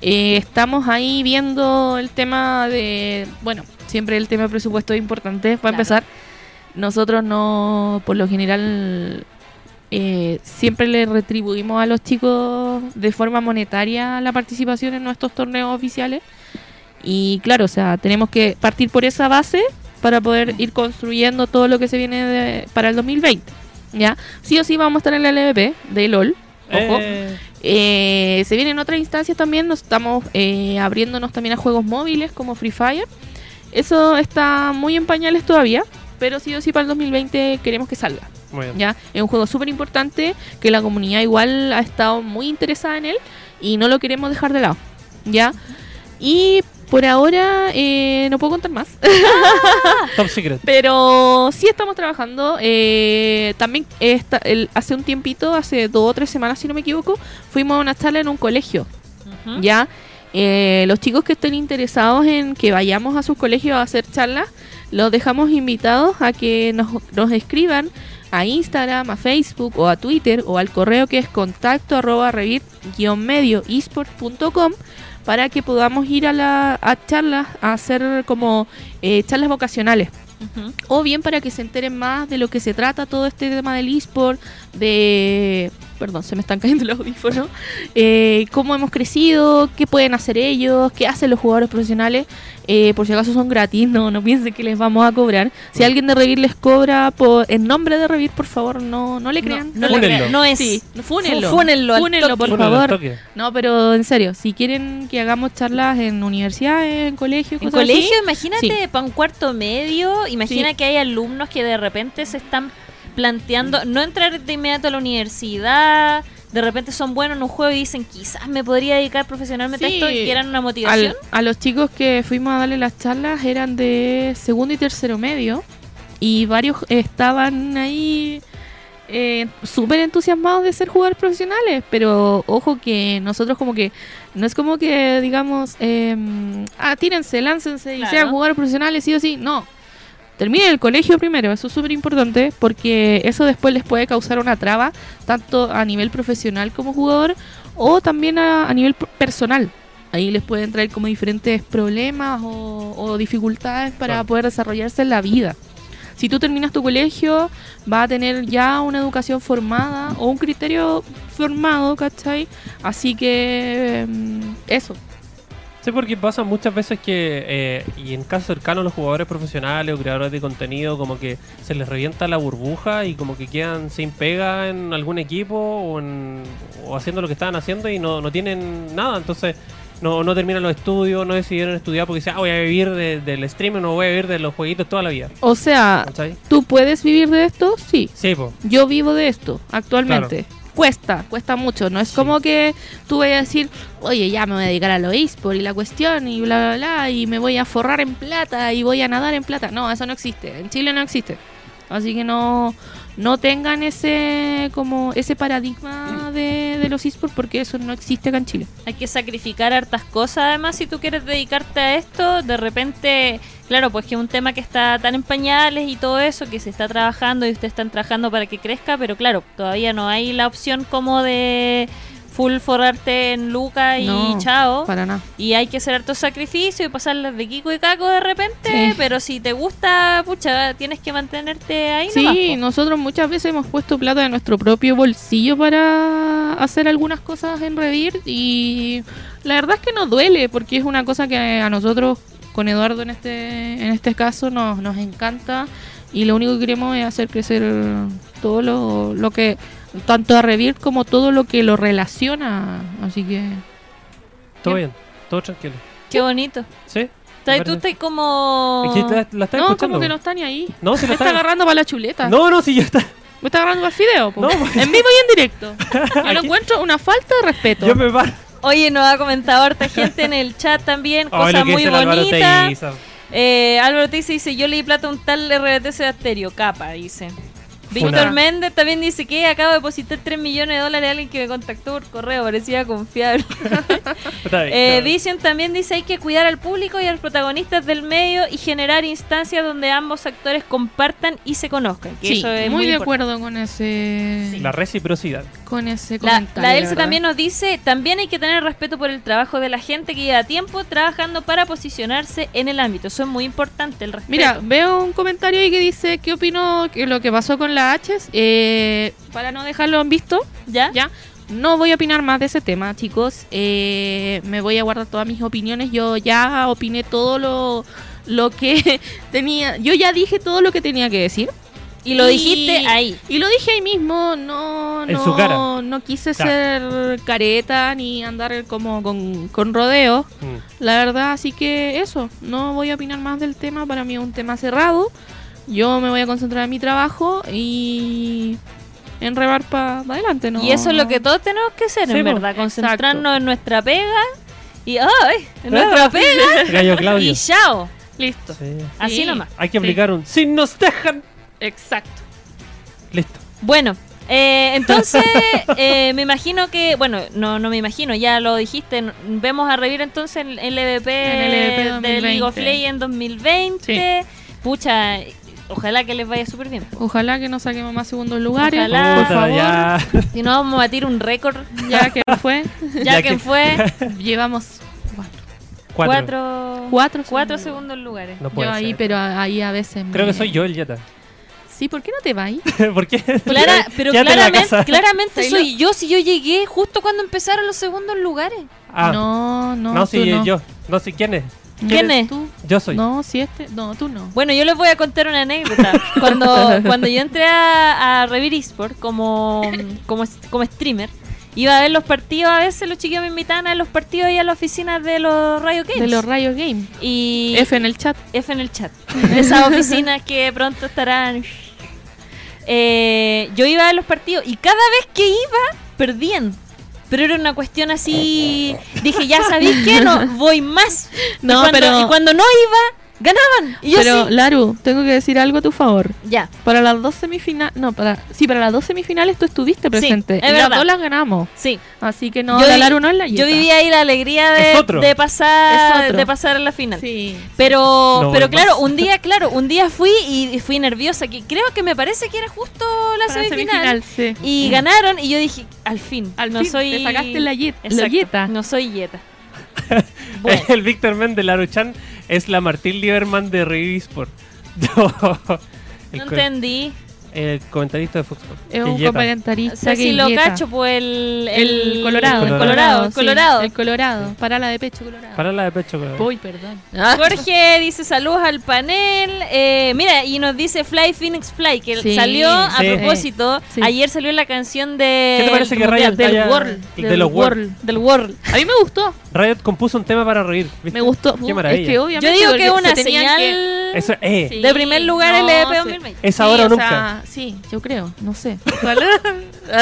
D: Eh, estamos ahí viendo el tema de, bueno, siempre el tema de presupuesto es importante para
A: Claro.
D: empezar. Nosotros no, por lo general, eh, siempre le retribuimos a los chicos de forma monetaria la participación en nuestros torneos oficiales. Y claro, o sea, tenemos que partir por esa base para poder ir construyendo todo lo que se viene de- para el 2020. ¿Ya? Sí o sí vamos a estar en la LVP de LOL. Ojo.
B: Eh,
D: Eh, se vienen otras instancias también, nos estamos eh, abriéndonos también a juegos móviles como Free Fire. Eso está muy en pañales todavía, pero sí o sí para el 2020 queremos que salga.
B: muy bien.
D: ¿ya? Es un juego súper importante que la comunidad igual ha estado muy interesada en él y no lo queremos dejar de lado. ¿ya? Y por ahora eh, no puedo contar más.
B: Top Secret.
D: Pero sí estamos trabajando. eh, también esta- el- hace un tiempito, hace dos o tres semanas, si no me equivoco, fuimos a una charla en un colegio.
A: Ujú.
D: Ya eh, los chicos que estén interesados en que vayamos a sus colegios a hacer charlas, los dejamos invitados a que nos, nos escriban a Instagram, a Facebook o a Twitter o al correo que es contacto arroba medio esportcom para que podamos ir a, la, a charlas, a hacer como eh, charlas vocacionales
A: Ujú.
D: o bien para que se enteren más de lo que se trata todo este tema del eSport, de... Perdón, se me están cayendo los audífonos. Eh, cómo hemos crecido, qué pueden hacer ellos, qué hacen los jugadores profesionales. Eh, por si acaso son gratis, no, no piensen que les vamos a cobrar. Si alguien de Revir les cobra por, en nombre de Revir, por favor, no, no le crean.
A: No, no, le
B: Fúnenlo.
A: crean, no es.
D: Sí, fúnenlo.
A: Fúnenlo al
D: Fúnenlo,
A: toque.
D: por
B: Bueno, al
D: favor.
B: toque.
D: No, pero en serio, si quieren que hagamos charlas en universidades, en colegios,
A: En
D: cosas así,
A: colegio, imagínate,
D: Sí.
A: para un cuarto medio, imagina
D: Sí.
A: que hay alumnos que de repente se están planteando no entrar de inmediato a la universidad, de repente son buenos en un juego y dicen, quizás me podría dedicar profesionalmente
D: Sí.
A: a esto y quieran una motivación.
D: Al- a los chicos que fuimos a darle las charlas eran de segundo y tercero medio y varios estaban ahí eh, súper entusiasmados de ser jugadores profesionales, pero ojo que nosotros como que no es como que digamos, eh, ah, tírense, láncense y
A: Claro.
D: sean jugadores profesionales, sí o sí, no. Terminen el colegio primero, eso es súper importante porque eso después les puede causar una traba tanto a nivel profesional como jugador o también a, a nivel p- personal. Ahí les pueden traer como diferentes problemas o, o dificultades para
B: Claro.
D: poder desarrollarse en la vida. Si tú terminas tu colegio, vas a tener ya una educación formada o un criterio formado, ¿cachai? Así que mm, eso.
B: Sí, porque pasa muchas veces que, eh, y en casos cercanos, los jugadores profesionales o creadores de contenido, como que se les revienta la burbuja y como que quedan sin pega en algún equipo o, en- o haciendo lo que estaban haciendo y no, no tienen nada. Entonces, no, no terminan los estudios, no decidieron estudiar porque dicen, ah, voy a vivir de- del streaming o voy a vivir de los jueguitos toda la vida.
D: O sea,
B: ¿Cachai?
D: ¿tú puedes vivir de esto? Sí.
B: Sí, po.
D: Yo vivo de esto actualmente. Cuesta, cuesta mucho. No es como que tú vayas a decir, oye, ya me voy a dedicar a lo eSport y la cuestión y bla, bla, bla, y me voy a forrar en plata y voy a nadar en plata. No, eso no existe. En Chile no existe. Así que no, no tengan ese como ese paradigma de, de los eSports porque eso no existe acá en Chile.
A: Hay que sacrificar hartas cosas, además, si tú quieres dedicarte a esto, de repente, claro, pues que es un tema que está tan en pañales y todo eso, que se está trabajando y ustedes están trabajando para que crezca, pero claro, todavía no hay la opción como de full forrarte en Luca y
D: No,
A: chao.
D: Para nada.
A: Y hay que hacer hartos sacrificios y pasarlas de Kiko y Caco de repente,
D: Sí.
A: pero si te gusta, pucha, tienes que mantenerte ahí nomás,
D: Sí,
A: po.
D: nosotros muchas veces hemos puesto plata de nuestro propio bolsillo para hacer algunas cosas en Revir y la verdad es que nos duele porque es una cosa que a nosotros con Eduardo en este en este caso nos, nos encanta y lo único que queremos es hacer crecer todo lo, lo que tanto a Revir como todo lo que lo relaciona, así que
B: todo bien, todo tranquilo.
A: Qué bonito.
B: ¿Sí?
A: Entonces,
B: Verde.
A: tú estás como...
B: Aquí la, la estás
D: no,
B: escuchando.
D: como que
B: po.
D: no está ni ahí.
B: No, se
D: Me
B: la
D: está
B: está.
D: agarrando para la chuleta.
B: No, no, sí, yo está.
D: Me está agarrando para el fideo. po.
B: No, pues.
D: En vivo y en directo. Yo lo
B: Aquí-
D: encuentro una falta de respeto.
B: Yo me paro.
A: Oye, nos ha comentado harta gente en el chat también,
B: Ay, lo
A: cosas
B: que
A: muy
B: es el Álvaro
A: bonitas.
B: Teiza.
A: Eh, Álvaro Teiza dice, yo leí plata a un tal RBT Sebasterio, capa, dice. Víctor
B: Funa.
A: Méndez también dice que acabo de depositar 3 millones de dólares a alguien que me contactó por correo, parecía confiable.
B: Está bien,
A: Eh,
B: claro.
A: Vision también dice hay que cuidar al público y a los protagonistas del medio y generar instancias donde ambos actores compartan y se conozcan. Que
D: Sí,
A: eso es
D: muy,
A: muy
D: de
A: importante.
D: acuerdo con ese,
B: La reciprocidad.
D: con ese
A: La,
D: comentario.
A: la Elsa
D: verdad.
A: también nos dice, también hay que tener respeto por el trabajo de la gente que lleva tiempo trabajando para posicionarse en el ámbito. Eso es muy importante, el respeto.
D: Mira, veo un comentario ahí que dice, ¿qué opino que lo que pasó con la H? Eh, para no dejarlo en visto,
A: ¿ya?
D: ya. No voy a opinar más de ese tema, chicos. Eh, me voy a guardar todas mis opiniones. Yo ya opiné todo lo, lo que tenía. Yo ya dije todo lo que tenía que decir.
A: Y lo
D: Y-
A: dijiste ahí.
D: Y lo dije ahí mismo. No,
B: En
D: no,
B: su cara.
D: no quise
B: Claro.
D: ser careta ni andar como con, con rodeos.
B: Mm.
D: La verdad, así que eso, no voy a opinar más del tema, para mí es un tema cerrado. Yo me voy a concentrar en mi trabajo y en rebar para adelante, ¿no?
A: Y eso es lo que todos tenemos que hacer,
B: Sí,
A: en
B: po.
A: verdad. Concentrarnos
D: Exacto.
A: en nuestra pega y ¡ay! En nuestra pega
B: Gallo Claudio.
A: y chao.
D: Listo.
B: Sí.
A: Así
D: Sí.
A: nomás.
B: Hay que aplicar un. Si nos dejan.
D: Exacto.
B: Listo.
A: Bueno, eh, entonces eh, me imagino que, bueno, no, no me imagino, ya lo dijiste, n- vemos a revivir entonces el LVP,
D: En el LVP
A: de League of
D: 2020.
A: Legends 2020. Pucha, ojalá que les vaya súper bien.
D: Ojalá que no saquemos más segundos lugares.
A: Ojalá.
D: Por favor. Ya,
B: ya.
A: Si no, vamos a batir un récord,
D: que fue,
A: ya,
B: Ya
A: que,
B: que-
A: fue
D: llevamos cuatro,
B: Cuatro.
A: cuatro,
D: cuatro,
A: cuatro
D: segundos.
A: segundos lugares.
B: No
D: Yo
B: puede
D: ahí,
B: ser.
D: pero a- ahí a veces.
B: Creo
D: me-
B: que soy yo el Yeta.
D: Sí, ¿por qué no te vas ahí?
B: ¿Por qué?
A: Clara, pero
B: Quédate en la
A: claramente,
B: casa.
A: claramente
D: Ahí
A: soy yo si yo llegué justo cuando empezaron los segundos lugares.
B: Ah, no,
D: No, no.
B: no sí,
D: tú no.
B: yo. No sé quién es.
A: ¿Quién
D: eres
A: es?
D: tú?
B: Yo soy.
D: No, si este. No, tú no.
A: Bueno, yo les voy a contar una anécdota. Cuando, cuando yo entré a, a Revir Esport como, como, como streamer, iba a ver los partidos, a veces los chiquillos me invitaban a los partidos y a las oficinas de los Radio Games.
D: De los Rayos Game.
A: y F.
D: F en el chat.
A: en el chat. Esas oficinas que pronto estarán... Eh, yo iba a ver los partidos y cada vez que iba, perdían. Pero era una cuestión así... Dije, ya sabéis que no, voy más. Y
D: No,
A: cuando-
D: pero-
A: Y cuando no iba, ganaban. Y yo
D: Pero,
A: sí,
D: Laru, tengo que decir algo a tu favor.
A: ya.
D: Para las dos semifinales. No, para. Sí, para las dos semifinales tú estuviste presente.
A: es
D: y las
A: verdad.
D: dos las ganamos.
A: Sí,
D: Así que no,
A: Yo
D: la
A: vi-
D: Laru no es la
A: yo
D: Yeta.
A: viví ahí la alegría
B: Es
A: de,
B: otro.
A: de pasar
D: Es otro.
A: de pasar a la final.
D: Sí.
A: Pero
B: No
A: pero
B: voy más.
A: claro, un día, claro, un día fui y fui nerviosa, que creo que me parece que era justo la
D: Para la
A: semifinal.
D: semifinal, sí.
B: Mm.
A: Y ganaron y yo dije, al fin,
D: Al
A: no
D: fin,
A: soy
D: te sacaste la, yet, la
A: Exacto,
D: Yeta.
A: No soy yeta. Bueno,
B: El Víctor Méndez de Laruchan es la Martín Lieberman de Revisport. No. El,
A: no
B: co-
A: entendí.
B: el comentarista de Fox Sports.
D: Es
B: El
D: un
B: Yeta.
A: O
D: comentarista
A: sea,
D: que
A: si
D: es
A: lo
D: Yeta.
A: cacho, pues el,
D: El Colorado.
A: el Colorado,
B: Colorado.
D: sí,
A: Colorado.
D: El Colorado. Para la de pecho Colorado.
B: Para la de pecho, creo.
D: Voy, perdón.
A: Jorge dice saludos al panel. Eh, mira, y nos dice Fly Phoenix Fly, que
D: Sí.
A: salió a
B: Sí.
A: propósito.
D: Sí.
A: Ayer salió la canción de.
B: ¿Qué te parece que Riot
A: del
B: haya-
A: World?
B: de los World.
A: Del World.
D: A mí me gustó.
B: Riot compuso un tema para reír. ¿viste?
D: Me gustó.
B: Qué maravilla.
D: Es que
A: Yo
D: obviamente
A: digo que es
D: porque
A: una
D: se tenían
A: señal.
D: que-
B: Eso, eh,
D: Sí.
A: De primer lugar,
D: No,
A: el E EP
D: se-
A: 2020.
B: Es ahora o nunca.
D: sea, sí, yo creo, no sé. Eh,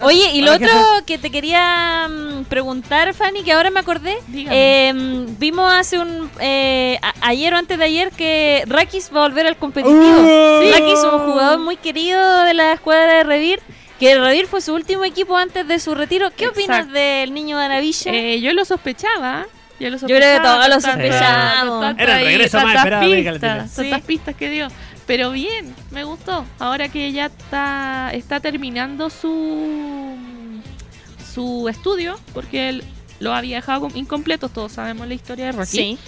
A: Oye, y lo
B: Ahora que
A: otro que te quería mm, preguntar, Fanny, que ahora me acordé.
D: Dígame.
A: Eh, mm, vimos hace un. eh, a- ayer o antes de ayer que Rakis va a volver al competitivo.
B: ¡Uh!
A: Rakis es un jugador muy querido de la escuadra de Revir. Que Revir fue su último equipo antes de su retiro. ¿Qué opinas
D: Exacto.
A: del niño de Anavilla?
D: Eh, yo lo sospechaba. Yo, lo
A: Yo
D: sospechaba,
A: creo que todos lo
D: con tantas-
A: sospechamos.
D: con tantas
B: Era el
D: ahí,
B: regreso más
D: tantas
B: esperado de América
D: pistas,
B: Latina.
D: Tantas
A: Sí.
D: pistas que dio. Pero bien, me gustó. Ahora que ya está, está terminando su, su estudio, porque él lo había dejado com- incompleto, todos sabemos la historia de Rocky.
A: sí.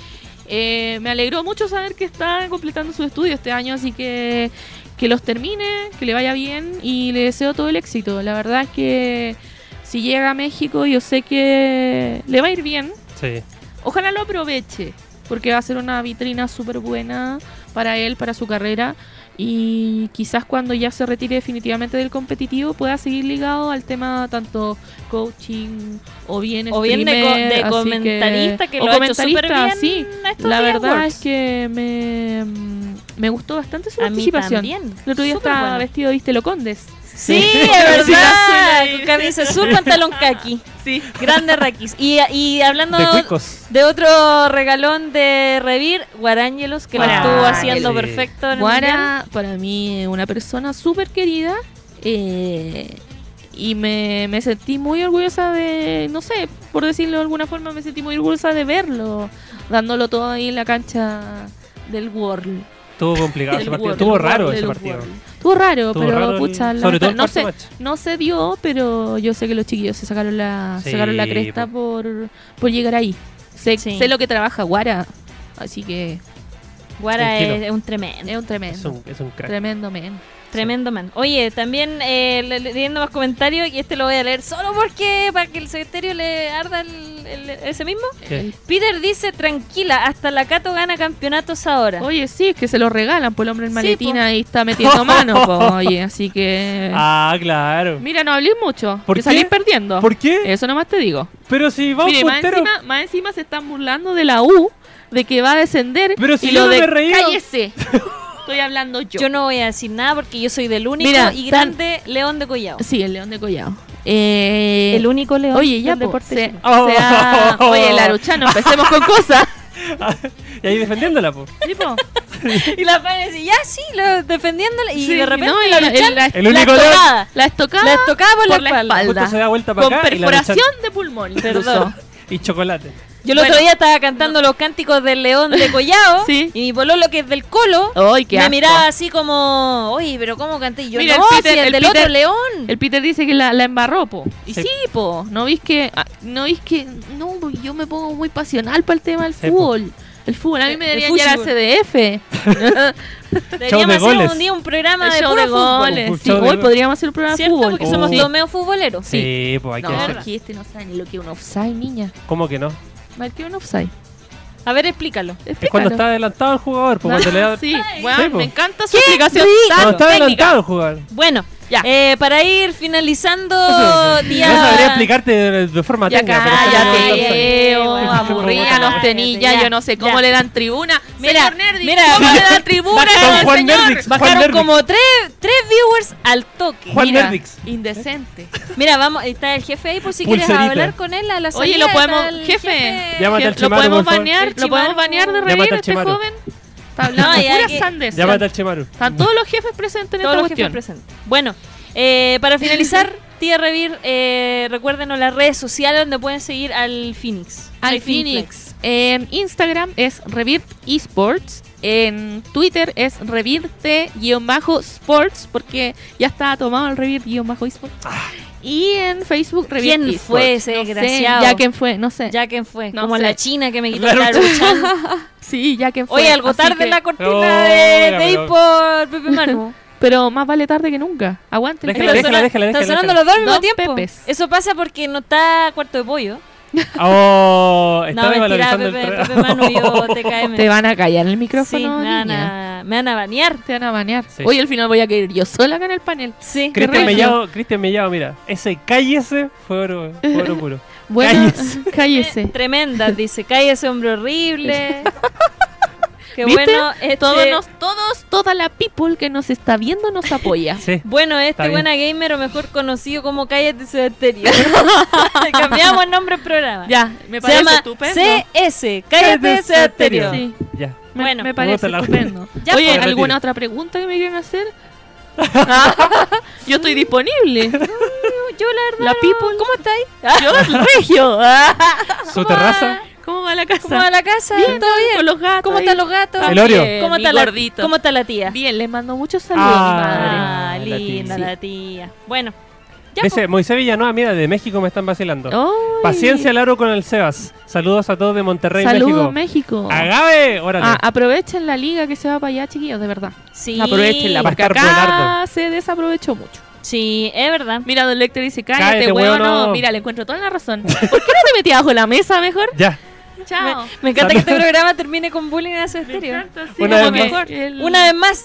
D: Eh, me alegró mucho saber que está completando su estudio este año, así que que los termine, que le vaya bien y le deseo todo el éxito. La verdad es que si llega a México yo sé que le va a ir bien.
B: Sí.
D: Ojalá lo aproveche, porque va a ser una vitrina súper buena para él, para su carrera. Y quizás cuando ya se retire definitivamente del competitivo pueda seguir ligado al tema tanto coaching o bien
A: O bien de, co-
D: streamer,
A: de
D: así que-
A: comentarista que,
D: o
A: lo ha hecho súper bien
D: comentarista, sí.
A: a estos
D: La
A: Game
D: verdad
A: Awards.
D: es que me, mm, Me gustó bastante su
A: A mí
D: participación.
A: también.
D: El otro día
A: Súper
D: estaba
A: bueno.
D: vestido, viste, lo condes.
A: Sí, es
D: Sí,
A: verdad.
D: sí, sí.
A: Con camisa azul, pantalón kaki.
D: Sí.
A: Grande raquis. Y, y hablando
B: de cuicos.
A: de otro regalón de Revir, Guarángelos, que lo estuvo
D: Guarángelos.
A: haciendo perfecto en el Mundial.
D: Guara, para mí, es una persona súper querida. eh, y me, me sentí muy orgullosa de, no sé, por decirlo de alguna forma, me sentí muy orgullosa de verlo, dándolo todo ahí en la cancha del World.
B: Estuvo complicado
D: del
B: ese partido.
D: World,
B: Estuvo
D: del
B: raro
D: World,
B: ese
D: del
B: partido.
D: World. Estuvo raro,
B: Estuvo
D: pero
B: raro el-
D: pucha, la
B: sobre todo el
D: no,
B: cuarto
D: se,
B: match.
D: no se dio, pero yo sé que los chiquillos se sacaron la,
B: Sí,
D: sacaron la cresta por, por llegar ahí. Sé,
A: Sí.
D: sé lo que trabaja Guara, así que
A: Guara
B: Tranquilo.
A: es un tremendo.
D: es un tremendo.
B: Es un, es un crack.
D: Tremendo men.
A: Tremendo man. Oye, también eh, le- le- leyendo más comentarios, y este lo voy a leer solo porque para que el secretario le arda el- el- ese mismo.
B: ¿Qué?
D: El-
A: Peter dice, tranquila, hasta la Cato gana campeonatos ahora.
D: Oye, sí, es que se lo regalan por el hombre en
A: Sí,
D: maletín
A: po.
D: ahí está metiendo mano, po, oye, así que...
B: Ah, claro.
D: Mira, no hablé mucho,
B: ¿Por
D: que
B: qué?
D: salís perdiendo.
B: ¿Por qué?
D: Eso nomás te digo.
B: Pero si vamos
D: Mire, más
B: punteros.
D: encima, más encima se están burlando de la U, de que va a descender.
B: Pero si
D: y
B: yo
D: lo
B: no
D: de...
B: me he reído.
D: ¡Cállese! Estoy hablando yo.
A: Yo no voy a decir nada porque yo soy del único
D: Mira,
A: y
D: tan-
A: grande León de Collao.
D: Sí, el león de Collao. Eh,
A: El único León
D: Oye, ya,
A: del
D: po,
A: deporte
D: se-
A: chileno.
B: Oh.
D: se ha- Oye, Laruchano, empecemos con cosas.
B: Y ahí defendiéndola, po.
D: Sí, po.
A: Y la fan dice, ya sí, lo, defendiéndole. Y
D: Sí,
A: de repente
D: no, y
A: la,
D: el-
A: Luchan
D: la-
B: El único
A: la
B: León.
A: estocada.
D: La estocada,
A: La estocaba por,
D: por
A: la
D: la
A: espalda.
D: espalda.
B: Justo se da vuelta para
D: con
B: acá. y la
D: perforación de pulmón.
A: Perdón.
D: Perdón.
B: Y chocolate.
A: Yo el otro
D: Bueno.
A: día estaba cantando los cánticos del León de Collao
D: Sí.
A: y mi pololo que es del Colo
D: Ay, qué
A: me
D: asco.
A: miraba así como, oye, pero ¿cómo canté? Y yo,
D: Mira,
A: no,
D: el Peter-
A: si el,
D: el
A: del
D: Peter-
A: otro León.
D: El Peter dice que la, la embarró, po. Y
B: Sí.
D: sí, po. No viste que. ah, No viste que. No, yo me pongo muy pasional para el tema del
B: Sí, po.
D: fútbol. El fútbol, a mí
A: El-
D: me
A: el
D: deberían llegar al
A: fútbol.
D: CDF.
A: Deberíamos hacer
B: goles.
A: un día un programa
D: El
A: Ah, de
D: show
A: puro
D: de
A: fútbol.
D: goles.
B: Un
D: Sí,
B: show de
D: hoy
B: goles.
D: podríamos hacer un programa de
A: ¿Cierto?
D: fútbol.
A: Porque
B: Oh.
A: somos
B: Sí.
A: dos medio futboleros.
B: Sí, pues hay que
D: No,
B: hacer.
A: hacerlo.
D: que este no sabe ni lo que es un offside, niña.
B: ¿Cómo que no?
D: Marqué un offside.
A: A ver, explícalo.
B: Es cuando está
D: Explícalo.
B: adelantado el jugador, pues cuando le da.
D: Sí,
A: Ay.
D: weón,
B: Sí, po.
D: me encanta su explicación.
B: Cuando
D: tan
B: está
D: técnica.
B: adelantado el jugador.
A: Bueno,
D: Ya.
A: eh, para ir finalizando, día...
B: No sabría explicarte de, de forma
D: Ya
B: técnica. pero
A: cállate,
B: estamos hablando-
D: cállate,
A: bueno,
D: oh,
A: bueno,
D: aburrida
A: bueno,
D: los tenillas,
A: ya,
D: yo no sé cómo
A: ya.
D: le dan tribuna.
A: Mira,
D: Señor Nerdy,
A: mira.
D: ¿cómo le dan tribuna
B: Don
D: al
B: Juan
D: señor?
B: Nerdix. Juan
A: Bajaron
B: Nerdix.
A: como tres, tres viewers al toque.
B: Juan
D: Mira,
B: Nerdix.
D: Indecente.
A: Mira, vamos, está el jefe ahí por si quieres
B: Pulserita.
A: hablar con él a la
D: Oye,
A: salida,
D: lo
A: está
D: podemos-
A: el
D: jefe.
B: Llama- Llámate al
D: ¿Lo
B: Chimaru,
D: podemos
B: por favor.
A: El
D: banear? ¿Lo podemos
A: Chimaru.
D: banear de
B: Llámate
D: reír
B: al
D: este
B: Chimaru.
D: joven? Está hablando
A: No, ya
D: pura
A: que-
D: Sandes.
B: Llámate al Chimaru.
D: Están todos los jefes presentes en
A: Todos
D: esta
A: los jefes
D: cuestión.
A: presentes. Bueno, eh, para finalizar, tía Revir, eh, recuérdenos las redes sociales donde pueden seguir al Phoenix.
D: Al
A: Al
D: Phoenix. En Instagram es Revirt Esports. En Twitter es revirte-sports porque ya está tomado el revirt-esports.
B: Ah.
D: Y en Facebook revirt
A: ¿Quién
D: esports.
A: fue ese
D: No sé,
A: desgraciado?
D: ya quién fue, no sé.
A: Ya quién fue,
D: No
A: como
D: sé.
A: la china que me quitó
B: Claro.
A: la lucha.
D: Sí, ya quién fue.
A: Oye, algo
D: Así
A: tarde
D: que-
A: la cortina
B: Oh,
A: de,
B: mira,
A: de ir
B: pero-
A: por Pepe Manu.
D: Pero más vale tarde que nunca. Aguante.
A: Pero
B: Déjala, déjala,
A: suena-
B: déjala,
A: Están
B: déjala,
A: sonando los dos al mismo
D: Dos
A: tiempo.
D: Pepes.
A: Eso pasa porque no está cuarto de pollo.
B: Oh, está
A: No, mentira,
B: revalorizando
A: Pepe,
B: el
A: Pepe Manu, yo
B: trabajo.
A: TKM.
D: Te van a callar el
A: Sí,
D: micrófono,
A: me, van
D: niña.
A: a, me van a banear.
D: Te van a banear.
B: Sí.
D: Oye, al final voy a caer yo sola acá en el panel.
A: Sí.
D: Qué
B: Cristian
D: regio.
B: Mellado, Cristian Mellado, mira, ese cállese fue oro, fue oro puro.
D: Bueno,
B: Cállese.
D: cállese.
A: Tremenda, dice, cae ese hombre horrible. Qué
D: ¿Viste?
A: bueno, este,
D: Todos, Eh, nos- todos, toda la people que nos está viendo nos apoya.
B: Sí.
A: bueno, este
B: bien.
A: buena gamer o mejor conocido como Cállate Cementerio. Cambiamos el nombre al programa.
D: ya, me
A: Se llama
D: estupendo.
A: CS, Cállate Cementerio.
B: Cementerio.
D: Sí,
B: Ya.
D: me,
A: Bueno.
D: me parece
B: Bótala.
D: estupendo.
A: Ya,
D: Oye,
B: pues. Retiro.
D: ¿alguna otra pregunta que me quieran hacer? Ah, Yo estoy disponible.
A: Yo la verdad,
D: La
A: no- Ah,
D: people.
A: ¿cómo estáis?
D: Yo, regio.
A: Ah,
B: Su terraza,
D: ¿Cómo va la casa?
A: ¿Cómo va la casa?
D: Bien,
A: ¿Todo bien?
D: Con los gatos.
A: ¿Cómo
D: ahí.
A: están los gatos?
B: El Oreo.
D: Bien,
A: ¿Cómo
D: mi
A: está, la,
D: gordito.
A: ¿Cómo está la tía?
D: Bien, les mando muchos saludos,
B: Ah,
D: mi madre.
A: Ah,
B: Madre.
A: linda
B: La
A: la tía. Bueno, ya pues.
B: dice Moisés Villanueva, mira, de México me están vacilando.
D: Ay.
B: Paciencia, Laro, con el Sebas. Saludos a todos de Monterrey,
D: Saludos,
B: México.
D: México.
B: ¡Agave! Órale.
D: Ah, aprovechen la liga que se va para allá, chiquillos, de verdad.
A: po. sí.
D: Aprovechen la
B: Va a
D: porque
B: estar
D: acá
B: Buenardo.
D: se desaprovechó mucho.
A: Sí, es verdad.
D: Mira, Don Lecter dice, cállate,
B: Cállate,
D: huevo, no.
B: huevo, no.
D: Mira, le encuentro toda la razón. ¿Por qué no te metías bajo la mesa mejor?
B: Ya.
D: Chao.
A: Me encanta que
B: Salud.
A: este programa termine con bullying hacia
D: Me
A: estéreo.
D: encanta, sí,
B: Una
D: como
B: vez
D: que
A: más.
D: el-
A: Una vez más.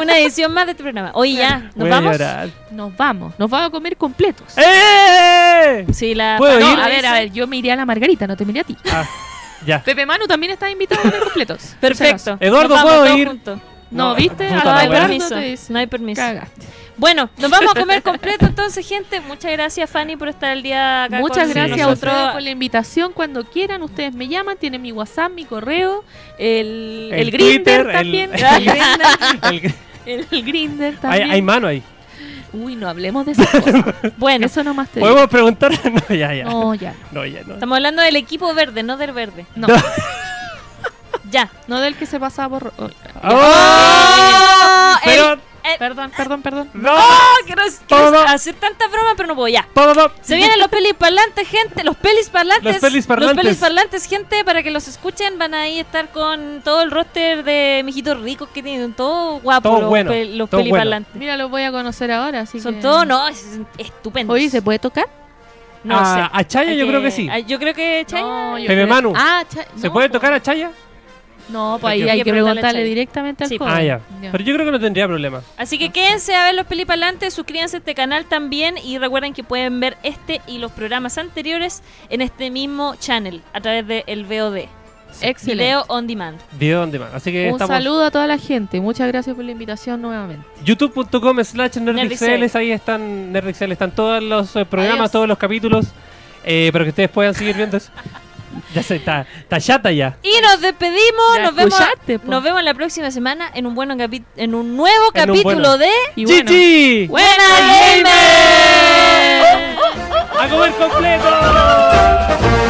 A: Una edición más de este programa. Hoy ya, ¿nos
B: Voy a
A: vamos?
B: llorar.
D: Nos vamos, nos vamos a comer completos.
B: ¡Eh!
A: Sí, la
B: ¿Puedo
A: Pamela
D: No,
B: ir?
D: a ver,
A: dice-
D: a ver, yo me iré a la Margarita, no te miré a ti.
B: Ah, Ya.
D: Pepe Manu también está invitado a los completos.
A: Perfecto.
D: Por si acaso.
B: Eduardo,
A: Nos vamos
B: ¿puedo
A: todos
B: ir? Ah,
A: juntos.
D: No,
B: No,
D: ¿viste?
B: puta
A: No
B: la
D: Ah,
A: hay
B: wea.
D: Eduardo
A: permiso.
D: te dice.
A: No hay permiso.
D: Cagaste.
A: Bueno, nos vamos a comer completo entonces, gente. Muchas gracias, Fanny, por estar el día acá.
D: Muchas
A: con
D: gracias a
A: nosotros.
D: ustedes por la invitación. Cuando quieran, ustedes me llaman. Tienen mi WhatsApp, mi correo, el, el,
B: El Twitter,
D: Grinder
B: el- el-
D: también. El, Grindr,
B: El-
D: el, Grindr
B: hay,
D: también.
B: hay mano ahí.
D: Uy, no hablemos de esas cosas.
A: Bueno,
D: Eso nomás te digo.
B: ¿Podemos preguntar? No, ya, ya.
D: No, ya.
B: No, ya, no.
A: estamos hablando del equipo verde, no del verde.
D: No.
B: No.
A: Ya. Eh,
D: No del que se pasaba por. oh,
B: ¡Oh! Pero-
D: Perdón, perdón, perdón.
B: ¡No!
D: ¡Ah!
A: No, quiero, quiero
B: Todo.
A: hacer tanta broma, pero no puedo ya.
B: ¡Todo, todo!
A: Se vienen los pelis parlantes, gente. Los pelis parlantes.
B: Los pelis parlantes.
A: Los pelis parlantes, gente, para que los escuchen. Van a ir a estar con todo el roster de mijitos ricos que tienen. Todo guapo
B: Todo
A: los,
B: bueno,
A: pe- los
B: todo
A: pelis
B: bueno.
A: parlantes.
D: Mira, los voy a conocer ahora. Así
A: Son
D: que-
A: todos, no, es estupendo.
D: Oye, ¿se puede tocar?
A: No
B: a,
A: sé.
B: Ah, a Chaya
A: Hay
B: eh, yo creo que sí.
A: ah, Yo creo que Chaya.
D: No, yo
B: Pepe
D: creo-
B: Manu.
D: Ah, Chay-
B: ¿Se
D: no,
B: puede
D: po.
B: tocar a Chaya?
D: No, pues ahí
B: Hay
D: hay
A: que
D: que
A: preguntarle a
D: preguntarle
A: Chay.
D: directamente al
A: Sí,
D: joven.
B: Ah, ya.
D: Oh, Ya.
B: Pero yo creo que no tendría problema.
A: Así que quédense a ver los pelis parlantes, suscríbanse a este canal también y recuerden que pueden ver este y los programas anteriores en este mismo channel a través de el VOD,
D: Excelente.
A: Video On Demand.
B: Video on demand. Así que
D: Un
B: estamos.
D: saludo a toda la gente. Muchas gracias por la invitación nuevamente.
B: youtube.com slash nerdixl
A: Nerdixl.
B: ahí están nerdixl están todos los eh, programas
A: Adiós.
B: todos los capítulos eh, para que ustedes puedan seguir viendo eso. ya se está está chata ya
A: Y nos despedimos,
D: Ya
A: nos vemos,
D: escuchaste, po.
A: nos vemos la próxima semana en un, bueno capi- en un nuevo
B: En un
A: capítulo
B: bueno.
A: de
D: Y bueno,
B: ¡Chichi!
A: Buena Gamer.
B: a comer completo